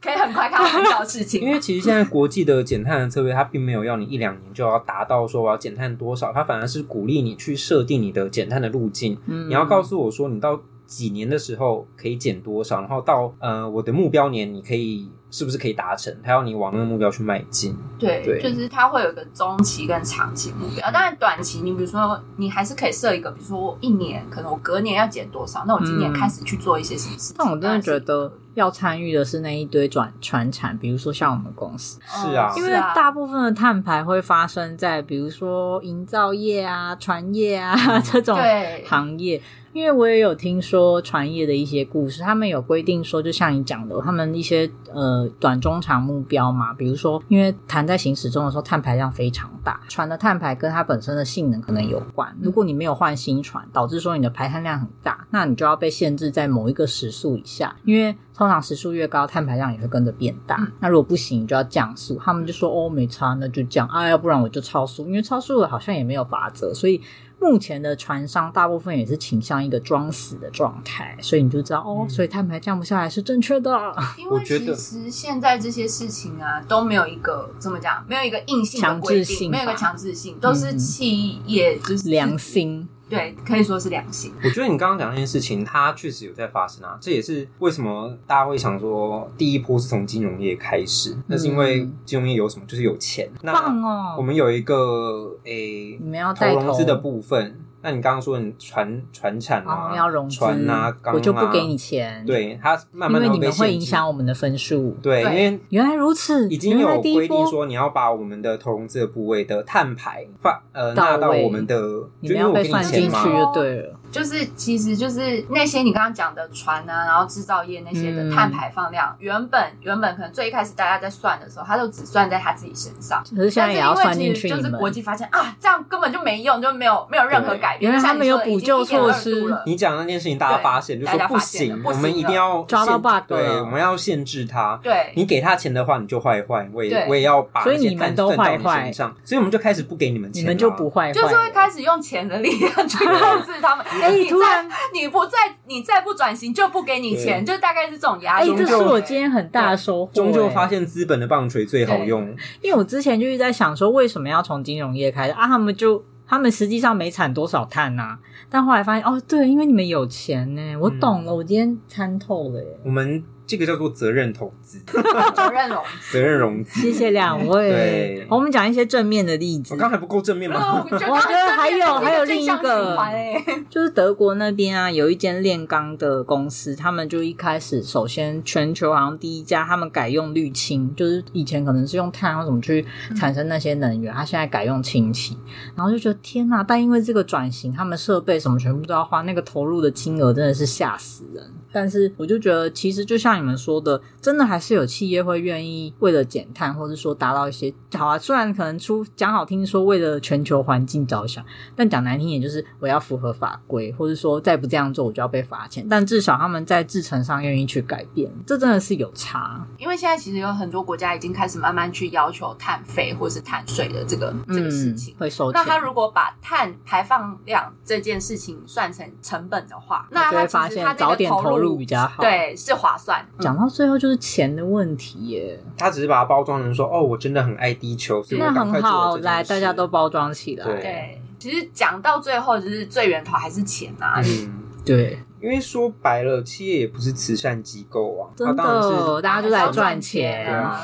可以很快看到成效的事情。
因为其实现在国际的减碳的策略，它并没有要你一两年就要达到说我要减碳多少，它反而是鼓励你去设定你的减碳的路径。
嗯
你要告诉我说你到几年的时候可以减多少，然后到呃我的目标年你可以是不是可以达成，它要你往那个目标去迈进。
对，
对
就是它会有一个中期跟长期目标。当然，短期你比如说，你还是可以设一个，比如说我一年，可能我隔年要减多少，那我今年
嗯
开始去做一些什么事情。啊
但我真
当
的
然是
觉得要参与的是那一堆转传产，比如说像我们公司，
是啊
嗯
因为
是啊
大部分的碳排会发生在比如说营造业啊、船业啊 *laughs* 这种
嗯对
行业。因为我也有听说船业的一些故事，他们有规定说，就像你讲的，他们一些呃短中长目标嘛，比如说，因为船在行驶中的时候，碳排量非常大，船的碳排跟它本身的性能可能有关。如果你没有换新船，导致说你的排碳量很大，那你就要被限制在某一个时速以下，因为。通常时速越高，碳排量也会跟着变大。那如果不行，你就要降速。他们就说哦，没差，那就降啊，要不然我就超速，因为超速了好像也没有法则，所以。目前的船商大部分也是倾向一个装死的状态，所以你就知道
嗯
哦，所以碳排降不下来是正确的。
*laughs*
因
我
为
觉
其
得
实现在这些事情啊，都没有一个怎么讲，没有一个硬性的规
强制
定，
性
没有一个
吧嗯
强制性，都是企业就是
良，心，
对，可以说是良心。
我觉得你刚刚讲那件事情，它确实有在发生啊，这也是为什么大家会想说第一波是从金融业开始，那是因为金融业有什么，就是有钱。
棒
那
哦！
我们有一个诶、
你们要带
投
头
融资的部分，那你刚刚说你船船产
哦，
啊，
要融资，
船啊，钢啊
我就不给你，钱，，
对，它慢
因
慢
为
地
你
被
们会
限
影
制
响我们的分数。
对，因
对
为
原来如此，
已经
原来
有
第
规
一
定
波
说你要把我们的投融资的部位的碳排放呃
到
纳到
位
我们的，
你们
就因为
要
我
被
给你
算进
钱
去
嘛，
就对了。
就是其实就是那些你刚刚讲的船啊，然后制造业那些的
嗯
碳排放量，原本原本可能最一开始大家在算的时候，他都只算在他自己身上。
可是现在也要算进去
但是因为其实
你
就是
们。
国际发现啊，这样根本就没用，就没有没有任何改变。
对
就像你说的
原来他们有补救措施
已经1.2度了
你讲那件事情，大家
对
发现就
大
说
家
不
发现了
行，
不
我
行
们一定
了
要
抓到
限
bug
对，
了
我们要限制它。
对，
你给他钱的话，你就坏坏，我也
对
我也要把
所以
那些
你们
碳
都
分到
坏
你
坏
身上，所以我们就开始不给你们钱
你
了，
们就不哎坏坏了，
就是会开始用钱的力量去控制
*laughs*
他们。哎，你
突然
再你不再你再不转型，就不给你钱，就大概是这种压
哎，
力。
终
这
究
是我
*laughs*
今天很大的收获。
终究发
哎，
现资本的棒槌最好
对
用。
因为我之前就是在想说，为什么要从金融业开始啊？他们就他们实际上没产多少碳呐、但后来发现哦，对，因为你们有钱呢，我懂了，我今天参透了耶。
我们这个叫做责任投资，
责任
*laughs*
融
责任融资。
谢谢两位
对，
好我们讲一些正面的例子
我。刚才不够正面吗？
资，
我觉得还有还有另一个
哎，
就是德国那边啊，有一间炼钢的公司，他们就一开始首先全球好像第一家，他们改用滤氢，就是以前可能是用碳啊或什么去产生那些能源，他现在改用氢气，然后就觉得天呐！但因为这个转型，他们设备什么全部都要花，那个投入的金额真的是吓死人。但是我就觉得，其实就像你们说的，真的还是有企业会愿意为了减碳，或者说达到一些好啊。虽然可能出讲好听说为了全球环境着想，但讲难听点就是我要符合法规，或者说再不这样做我就要被罚钱。但至少他们在制程上愿意去改变，这真的是有差。
因为现在其实有很多国家已经开始慢慢去要求碳费或是碳税的这个这个事情
嗯、。会收
那
钱。
他如果把碳排放量这件事情算成成本的话，那
就
他
会
其
发
实
现
他这
早
个
点投入比较好。，
对是划算。
讲到最后就是钱的问题耶。
他只是把它包装成说，哦，我真的很爱地球，所以
那
嗯我赶快
很
做
好，
了这件
来
事
大家都包装起来。
对
对，其实讲到最后，就是最源头还是钱呐、啊。
嗯。
对，
因为说白了，企业也不是慈善机构啊，
真
它当然
的，
是
大家就来赚
对
钱。
啊。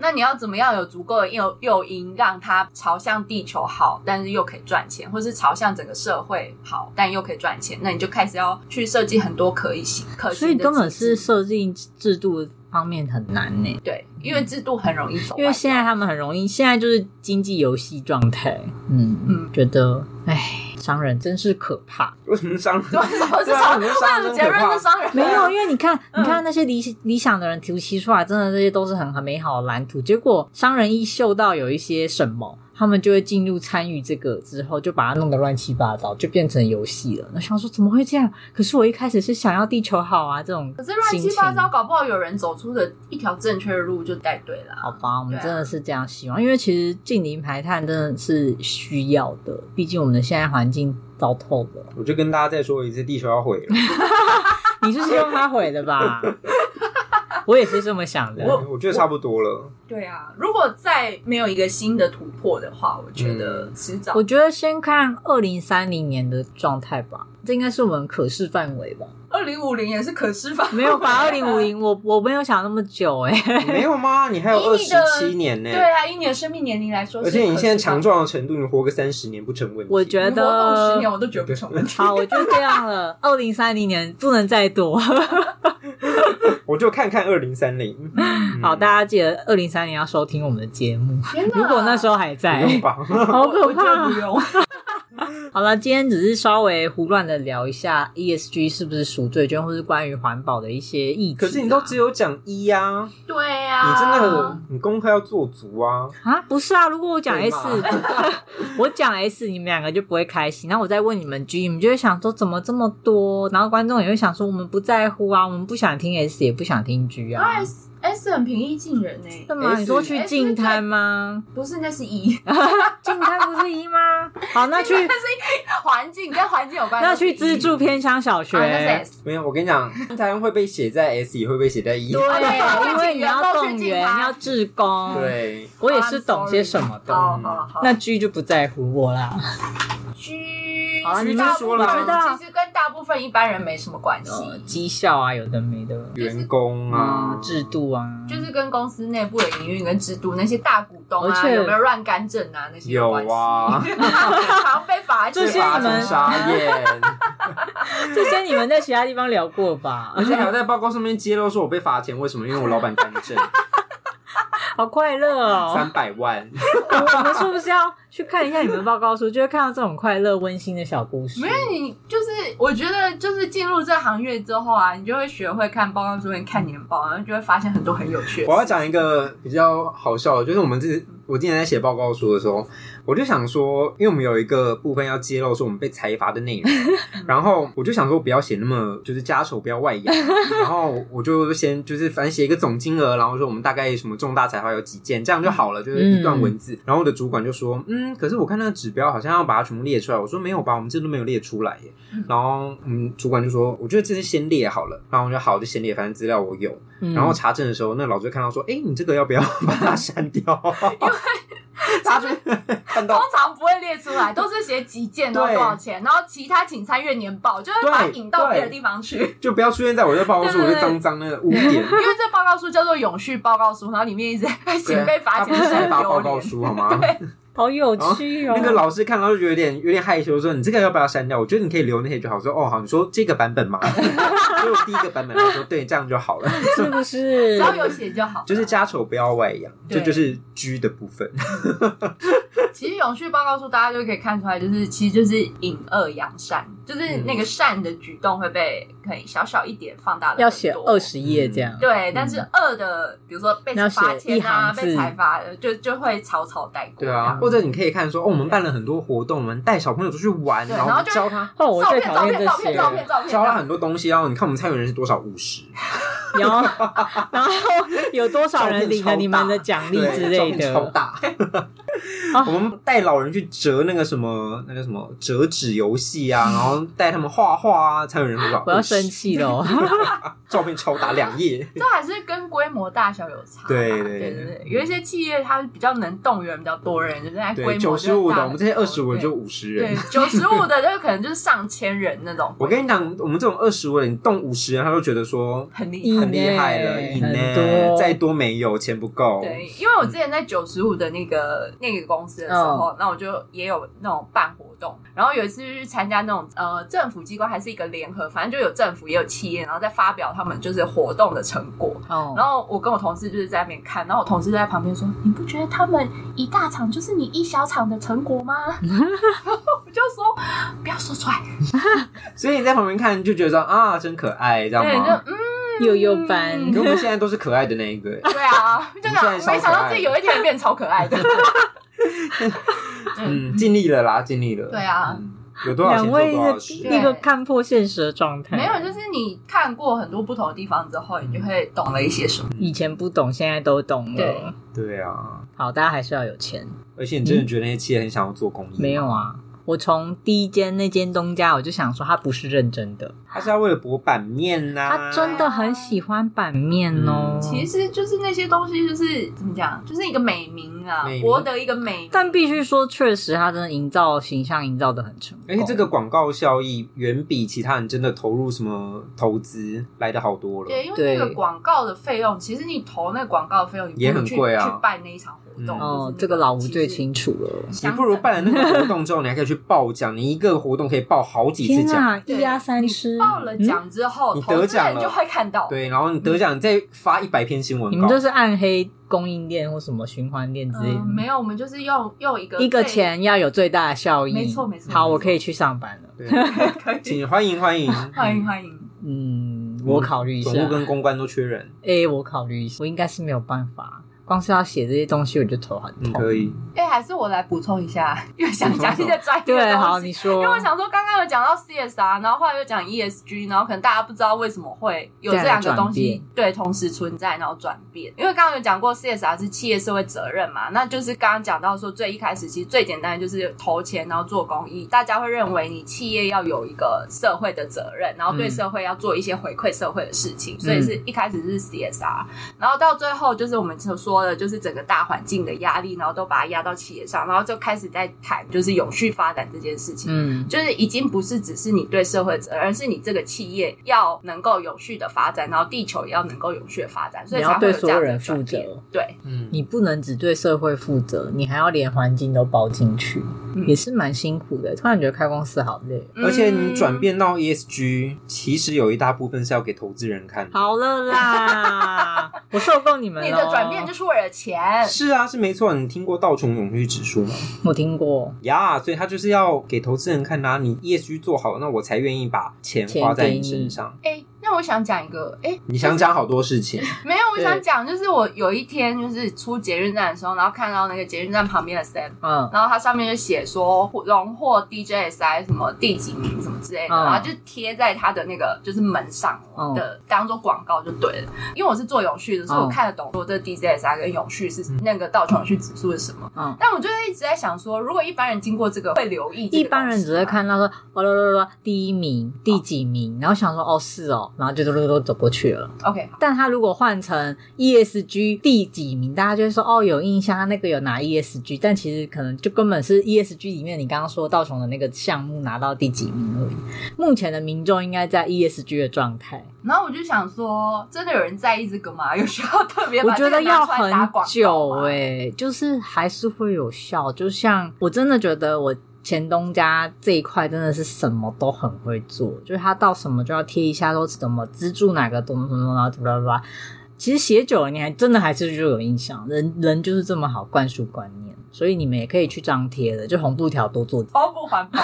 那你要怎么样有足够的诱诱因，让它朝向地球好，但是又可以赚钱，或是朝向整个社会好，但又可以赚钱？那你就开始要去设计很多可以行可
所
行
以
的
根本
机制
是设定制度方面很难呢，
对，因为制度很容易走歪掉，
因为现在他们很容易，现在就是经济游戏状态。嗯
嗯
嗯，觉得唉，商人真是可怕。
为什么商人？
对我是
对啊
商
你
人，
是商人
我的结论是商人
没有，因为你看，
嗯
你看那些理理想的人提提出来，真的这些都是很很美好的蓝图。结果商人一嗅到有一些什么，他们就会进入参与这个之后，就把它弄得乱七八糟，就变成游戏了。那想说怎么会这样？可是我一开始是想要地球好啊，这种
可是乱七八糟，搞不好有人走出的一条正确的路就带对了。
好吧，我们
对啊
真的是这样希望，因为其实近零排碳真的是需要的，毕竟我们的现在环境糟透了。
我就跟大家再说一次，地球要毁了。
你是希望它毁了
*laughs*
吧？我也是这么想的。
我我觉得差不多了。
对啊，如果再没有一个新的突破的话，我觉得迟早
我觉得先看二零三零年的状态吧，这应该是我们可视范围吧？
二零五零也是可释放。
没有吧？二零五零，我我没有想那么久哎、
*laughs* 没有吗？你还有
以
二
你
十
的
七年呢、
对啊，以你的生命年龄来说，
嗯而且你现在强
壮，
壮的程度，你活个三十年不成问题。
我觉
你活够十年
得。
我都觉得不成
*laughs*
问题。
好，我就这样了。二零三零年不能再多。
嗯我就看看二零
*laughs*
三零。嗯
好，大家记得二零三零要收听我们的节目，
天哪
如果那时候还在 *laughs*
不。用吧？
好
我
可
我觉得
怕
不！用。
好了，今天只是稍微胡乱的聊一下 ESG 是不是赎罪券，或是关于环保的一些议题啊。
可是你都只有讲一呀、
对啊呀、
你真的很你功课要做足啊。
啊，不是啊！如果我啊讲
对
S，我 *laughs* 讲 S，你们两个就不会开心。然后我再问你们 G，你们就会想说怎么这么多？然后观众也会想说我们不在乎啊，我们不想听 S，也不想听 G 啊。
哦 S S 哎很平易近人呢、
干嘛？
S-
你说去净滩吗？
不是那是 E，
净滩不是一
*laughs*
吗？好，那去
那是环境跟环境有关。
那去
是 E
资助偏乡小学。
啊，那是 S，
*laughs* 没有，我跟你讲，台湾会被写在 S，也会被写在一。
哦
对，因啊为你要
去
动
净
员，
滩
你要志工。，
对，
我也是懂些什么的。
哦
嗯
好好好，
那 G 就不在乎我啦。
G，
啊
好啦你
大部
就说了
分
我知
道
其实跟大部分一般人没什么关系，
呃，绩效啊，有的没的
员工
啊，，
啊
制度啊，
哦就是跟公司内部的营运跟制度那些大股东
而
啊
且
有没有乱干政啊那些
有
关系，*laughs*
啊
*laughs*
*laughs*
常被罚钱
这些
发
你们 *laughs*
生傻眼。
这些你们在其他地方聊过吧？ *laughs*
而且还有在报告上面揭露说我被罚钱，为什么？因为我老板干
*laughs*
政，
好快乐哦！
三百万。
我们是不是要去看一下你们报告书，就会看到这种快乐温馨的小故事
没？有你，就是我觉得，就是进入这行业之后啊，你就会学会看报告书，跟看年报，然后就会发现很多很有趣的
我要讲一个比较好笑的，就是我们这我今年在写报告书的时候，我就想说，因为我们有一个部分要揭露说我们被财阀的内容，然后我就想说不要写那么就是家丑不要外扬， *laughs* 然后我就先就是反正写一个总金额，然后说我们大概什么重大财阀有几件，这样就好了，就是一段文字。然后我的主管就说，嗯，可是我看那个指标好像要把它全部列出来，我说没有吧，我们这都没有列出来耶。然后嗯，主管就说，我觉得这是先列好了，然后我就好就先列，反正资料我有。
嗯
然后查证的时候，那老师就看到说：“哎、你这个要不 *laughs* 要把它删掉？”
*laughs*
他就
通
看到
常不会列出来，都是写几件然后
对
多少钱，然后其他请参阅年报，就会把它
对
引到别的
对
地方去。 *laughs* 因
就不要出现在我这报告书，
对
我
对
就脏脏那个
*laughs*
污点。
为这报告书叫做永续报告书，然后里面一直在
对啊
写被罚
他
钱
不
的
是才
人
发
丢
报告
脸。啊
书好
*laughs*
吗？
好有趣哦！
那个老师看到就觉得有点有点害羞，说：“你这个要不要删掉？”我觉得你可以留那些就好。说：“哦，好，你说这个版
*laughs*
本嘛， *laughs* 就第一个版本来说，对，这样就好了。
是不
只？
是
要有写就好。
就是家丑不要外扬，这
对
就是 G 的部分。
其实永续报告书，大家就可以看出来，就是其实就是引恶扬善，
嗯
就是那个善的举动会被可以小小一点放大的。
要写二。十页
啊
这
*laughs*
样，
嗯
对，但是恶的，比如说被
要写
罚钱啊，
一行字
被裁罚，呃就就会草草带过。
对啊，或者你可以看说：“哦，我们办了很多活动，我们带小朋友出去玩，
对
然后我
然后
们
就
教他
哦，我
照
最
片、
讨
照
厌
片、
这
照
些
片、照片、
了。
照片，
教了很多东西，啊然后你看我们参与人是多少，五十
然后，然后有多少人领了你们的奖励
*laughs*
之类
超
的？
大。我们带老人去折那个什么，那个什么折纸游戏啊，然后带他们画画啊，参与人多少？
我要
50
生，气
*laughs*
了！
照片超大，两页。
这还是跟规模大小有差吧。
对
对
对
对对，有一些企业它比较能动员比较多人，就是在规模
对，
比较
九十五
大
的，我们这些二十五的就
对
五十
对
人。
九十五的，就可能就是上千人那种。
我跟你讲，我们这种二十五人，你动五十人，他都觉得说
很厉害。
以
很厉害了，
内
以
很
内
多
再多没有，钱不够。
对，因为我之前在九十五的那个那个公司的时
嗯
候，那我就也有那种办活动，然后有一次去参加那种呃政府机关还是一个联合，反正就有政府也有企业，然后再发表他们就是活动的成果。然
哦，
后我跟我同事就是在那边看，然后我同事就在旁边说：“你不觉得他们一大厂就是你一小厂的成果吗？” *laughs* 然后我就说：“不要说出来。
所以你在旁边看就觉得说啊，真可爱，这”样
对，就
吗？
嗯，
幼幼班，
可我们现在都是可爱的那一个，
对
*laughs*
啊，就想
你现在超可爱
没想到自己有一天变超可
*laughs*
爱的。
嗯，尽力了啦，尽力了。
对啊
嗯，有多少钱
两
做
位
多少
的
事。
一个看破现实的状
*laughs*
态，
没有，就是你看过很多不同的地方之后，你就会懂了一些什么。
以前不懂，现在都懂了
对。
对啊，
好，大家还是要有钱。
而且你真的觉得那些企业很想要做公益？
没有，啊，我从第一间那间东家，我就想说他不是认真的，
他是要为了博版面啊呐、
他真的很喜欢版面哦。
嗯
其实就是那些东西，就是怎么讲，就是一个美名啊
美，名
博得一个美名。
但必须说，确实他真的营造形象营造的很成功。
而且这个广告效益远比其他人真的投入什么投资来的好多了。
对，因为那个广告的费用，其实你投那个广告的费用，你不如
也很
去
贵啊
去办那一场活动。
嗯
就是那
哦
个，
这个老吴
其实
最清楚了。
你
相等
不如办了那个活动之后，你还可以去报奖，你一个活动可以报好几次
天
奖。
啊，一压三吃，
报了奖之后，
你
投
得
资
奖
人
了
就会看到。
对，然后嗯你得奖，你再发一百篇新闻
你
稿。
们这是暗黑供应链或什么循环链之类的
嗯，
吗，
没有，我们就是用用一个
一个
最
钱要有最大的效益。
没错没错
好，
没错
我可以去上班了。
对，
*laughs* 可以
请欢
*laughs*
迎欢迎
欢迎欢迎。
嗯，我考虑一下
总。务跟公关都缺人，
哎、我考虑一下，我应该是没有办法。光是要写这些东西，我就头很
你
痛。
嗯可以。
哎、还是我来补充一下，因为想讲一些专业的东西。
对，好，你
因
说
为。我想说，刚刚有讲到 CSR，然后后来又讲 ESG，然后可能大家不知道为什么会有这两个东西对同时存在，然后转变。因为刚刚有讲过 CSR 是企业社会责任嘛，那就是刚刚讲到说最一开始其实最简单的就是投钱，然后做公益，大家会认为你企业要有一个社会的责任，然后对
嗯
社会要做一些回馈社会的事情，所以是一开始是 CSR，然后到最后就是我们所说的，就是整个大环境的压力，然后都把它压到企业上，然后就开始在谈就是永续发展这件事情。
嗯，
就是已经不是只是你对社会责任，而是你这个企业要能够永续的发展，然后地球也要能够永续的发展，所
你
以才
要
会
对
有这
所有
样
人
的
负
转变。
责，
对，
嗯，
你不能只对社会负责，你还要连环境都包进去，
嗯
也是蛮辛苦的。突然觉得开公司好累。
而且
嗯
你转变到 ESG，其实有一大部分是要给投资人看的。
好了啦， *laughs* 我受够你们
嗯、
了。哦
你的转变就是为了钱，
是啊，是没错。你听过道琼永续指数吗？
我听过，
呀所以他就是要给投资人看呐、你 ESG 做好，那我才愿意把钱花在你身上。
哎、那我想讲一个，哎、
你想讲好多
*laughs*
事情，
没有，我
对
想讲就是我有一天就是出捷运站的时候，然后看到那个捷运站旁边的 Sam，
嗯，
然后它上面就写说荣获 DJSI 什么第几名什么之类的，
嗯
然后就贴在它的那个就是门上的，当做广告就对了。因为我是做永续的，所以我看得懂说这 DJSI 跟永续是那个道琼永续指数是什么。
嗯
但我就一直在想说，如果一般人经过这个会留意这个啊
一般人只
东西
会
吗。
看到说哦啦啦啦，第一名、第几名，然后想说哦是哦，然后就都都都走过去了。
OK，
但他如果换成 ESG 第几名，大家就会说哦有印象，他那个有拿 ESG，但其实可能就根本是 ESG 里面你刚刚说道琼的那个项目拿到第几名而已。目前的民众应该在 ESG 的状态，
然后我就想说，真的有人在意这个吗？有需要特别
我
把
觉
这
得
个
要
拿出来
很
打广告
久
吗
哎、就是还是会有效。就像我真的觉得我前东家这一块真的是什么都很会做，就是他到什么就要贴一下，说怎么资助哪个东东东，然后怎么怎么。其实写久了，你还真的还是就有印象。人人就是这么好灌输观念，所以你们也可以去张贴的，就红布条多做几
超哦不环保。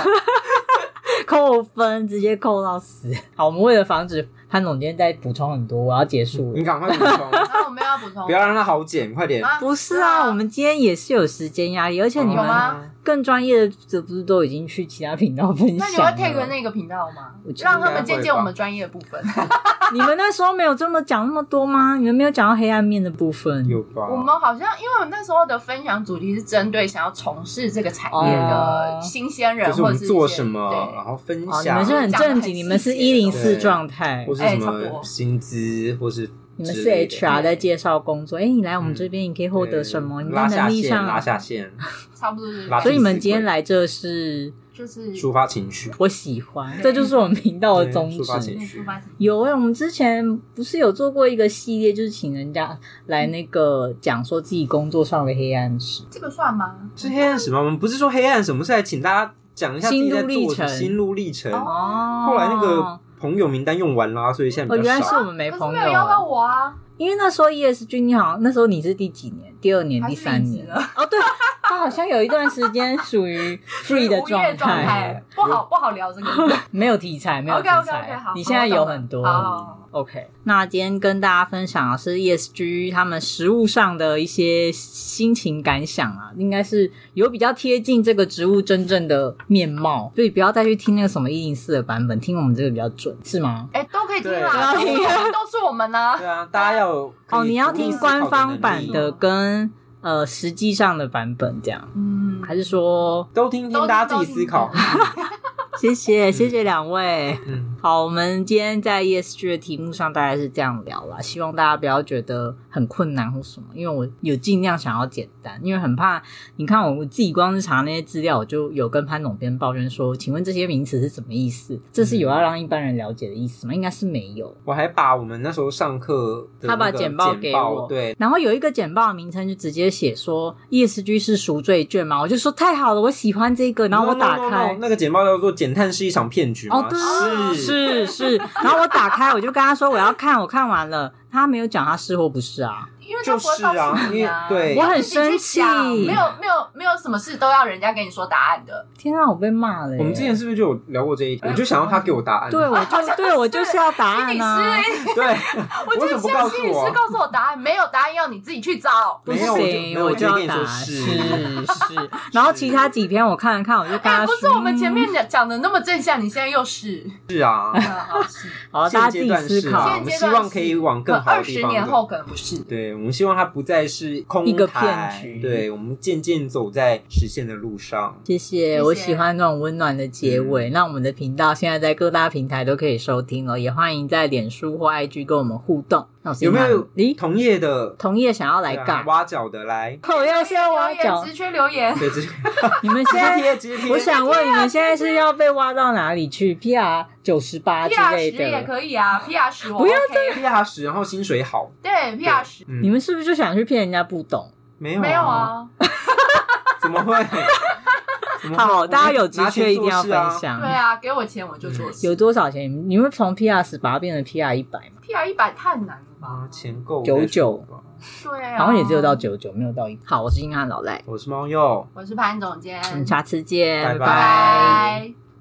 扣分，直接扣到死。好，我们为了防止潘总监再补充很多，我要结束了
你。赶快补充，
那我们要补充吗，
不要让它好减，快点。
啊
不是啊，我们今天也是有时间压力，而
哦
且你
有
们
吗
啊
更专业的，这不是都已经去其他频道分享了？
那你会 take 那个频道吗
我？觉得
让他们见见我们专业的部分。
啊
你们那时候没有这么讲那么多吗？你们没有讲到黑暗面的部分？
有吧？
我们好像因为我们那时候的分享主题是针对想要从事这个产业的
哦
新鲜人，
就是我
或
们
者是
做
一些
什么，啊然
对
后分
哦，你
享
们，是很正经，
讲得很细
你们是一
节
零四
对
状态
或，是
哎
什
差不多
么薪资，或是
你们
之
是
类的
HR 在介绍工作。哎，你来我们
嗯
这边，你可以获得什么？
对
你
拉
们的
下
能力
线，
上，
拉下线，
*laughs*
差不多是
拉
所以你们今天
拉
来这是
就是
抒发情绪，
我喜欢，
对
这就是我们频道的
对
宗
抒发
旨
情。
那抒发情绪
有欸诶、我们之前不是有做过一个系列，就是请人家来那个讲说自己工作上的黑暗史，
这个算吗？
是黑暗什么？我们不是说黑暗什么，是来请大家讲一下自己
心
在
路历
做什
程
么心路历程。
哦
哦
后来那个朋友名单用完啦，所以现在
哦，
比
原
较
来是
少。
我们没
可是
朋
没
友
有邀到
啊，
我啊，
因为那时候 ESG 你好像那时候你是第几年？第二年、
还
第
是
三
离职
年？
了
哦，对，他好像有一段时间属于 free
*laughs*
的
无业状
态，
态不好不好聊这个。
没有题材，没有题
OK，OK，OK，
材
好。
你现在有很
好好
多。
好
OK，那今天跟大家分享的是 ESG 他们实物上的一些心情感想啊，应该是有比较贴近这个植物真正的面貌，所以不要再去听那个什么一零四的版本，听我们这个比较准，是吗？
哎，都可以听
对
啦，都是我们都是我们呢。
对啊，大家要有可以
哦，你要
独立
听
思考
官方版
能力
的跟呃实际上的版本这样，
嗯，
还是说
都听听，大家自己思考。
谢谢谢谢两位。
嗯，
好，我们今天在 ESG 的题目上大概是这样聊啦，希望大家不要觉得很困难或什么，因为我有尽量想要简单，因为很怕你看我自己光是查那些资料，我就有跟潘总编抱怨说，请问这些名词是什么意思？这是有要让一般人了解的意思吗？应该是没有。
我还把我们那时候上课的
他把
那个
简
简
报给我
对，
然后有一个简报的名称就直接写说 ESG 是赎罪券嘛，我就说太好了，我喜欢这个，然后我
No, no,
打
no, no,
开。
那个简报叫做“减碳是一场骗局”
哦
吗？，
对，
是
是是。然后我打开，我就跟他说我要看，我看完了。他没有讲他是或不是啊，
因为他
就
不会
是
告
啊
诉，你
因为
啊。
对
我很
你自己去
生气
想没有没有没有什么事都要人家跟你说答案的。
天啊，我被骂了耶。
我们之前是不是就有聊过这一题？
哎
我就想要他给我答案。
对，我
好
就
像
对我
是
就是要答
心
案
理
啊。
师，欸哎
对，
我
我为
就
什么不
像
告诉
心理
我啊
师？告诉我答案，没有答案要你自己去找。
不
没有我就没
行，
有我
就
直接
要
跟你
打
说
是
是 *laughs*
是。然后其他几篇我看了看，我就跟
哎、
啊
他
不
说，
是我们前面
嗯
讲讲的那么正向，你现在又是。
是啊，
好，大家
现
自
阶
己
段
思
是啊，
考
我
现
们
阶
希
段
望可以往更好
二
的地
十
方。
年后可能不是。
对，我们希望它不再是空
一个
谈
骗局
对我们渐渐走在实现的路上。
谢谢，
谢
我喜欢这种温暖的结
嗯
尾。那我们的频道现在在各大平台都可以收听哦，也欢迎在脸书或 IG 跟我们互动。那我是
有没有
咦
同业的
同业想要来
对啊
尬？
挖角的来？
我要是要
留
挖
言
角
直，缺留言，
对，直
*laughs*
接
你们现在。
直接贴，直接贴。
啊我想问你们现在是要被挖到哪里去？PR 九十八
P
之
R 十
类
也
的，
可以啊，P R 十我
不要
OK，
P R 十，然后薪水好，
对 P R 十
嗯
你们是不是就想去骗人家不懂？
没有
没有？啊，
怎么
*laughs*
会？怎么会
好，大家有职
拿钱
缺一定
做
要
事
分
啊
享。
对啊，给我钱我就做事。
有多少钱？你会从 PR 十把它变成 PR 一百吗？
P R 一百太难了吧
啊，？钱够
99
再说吧
对啊，
好像也只有到。九九，没有到一。好，我是硬汉老赖，
我是猫鼬。
嗯
我是潘总监，
我们下次见，
拜拜
拜拜
拜。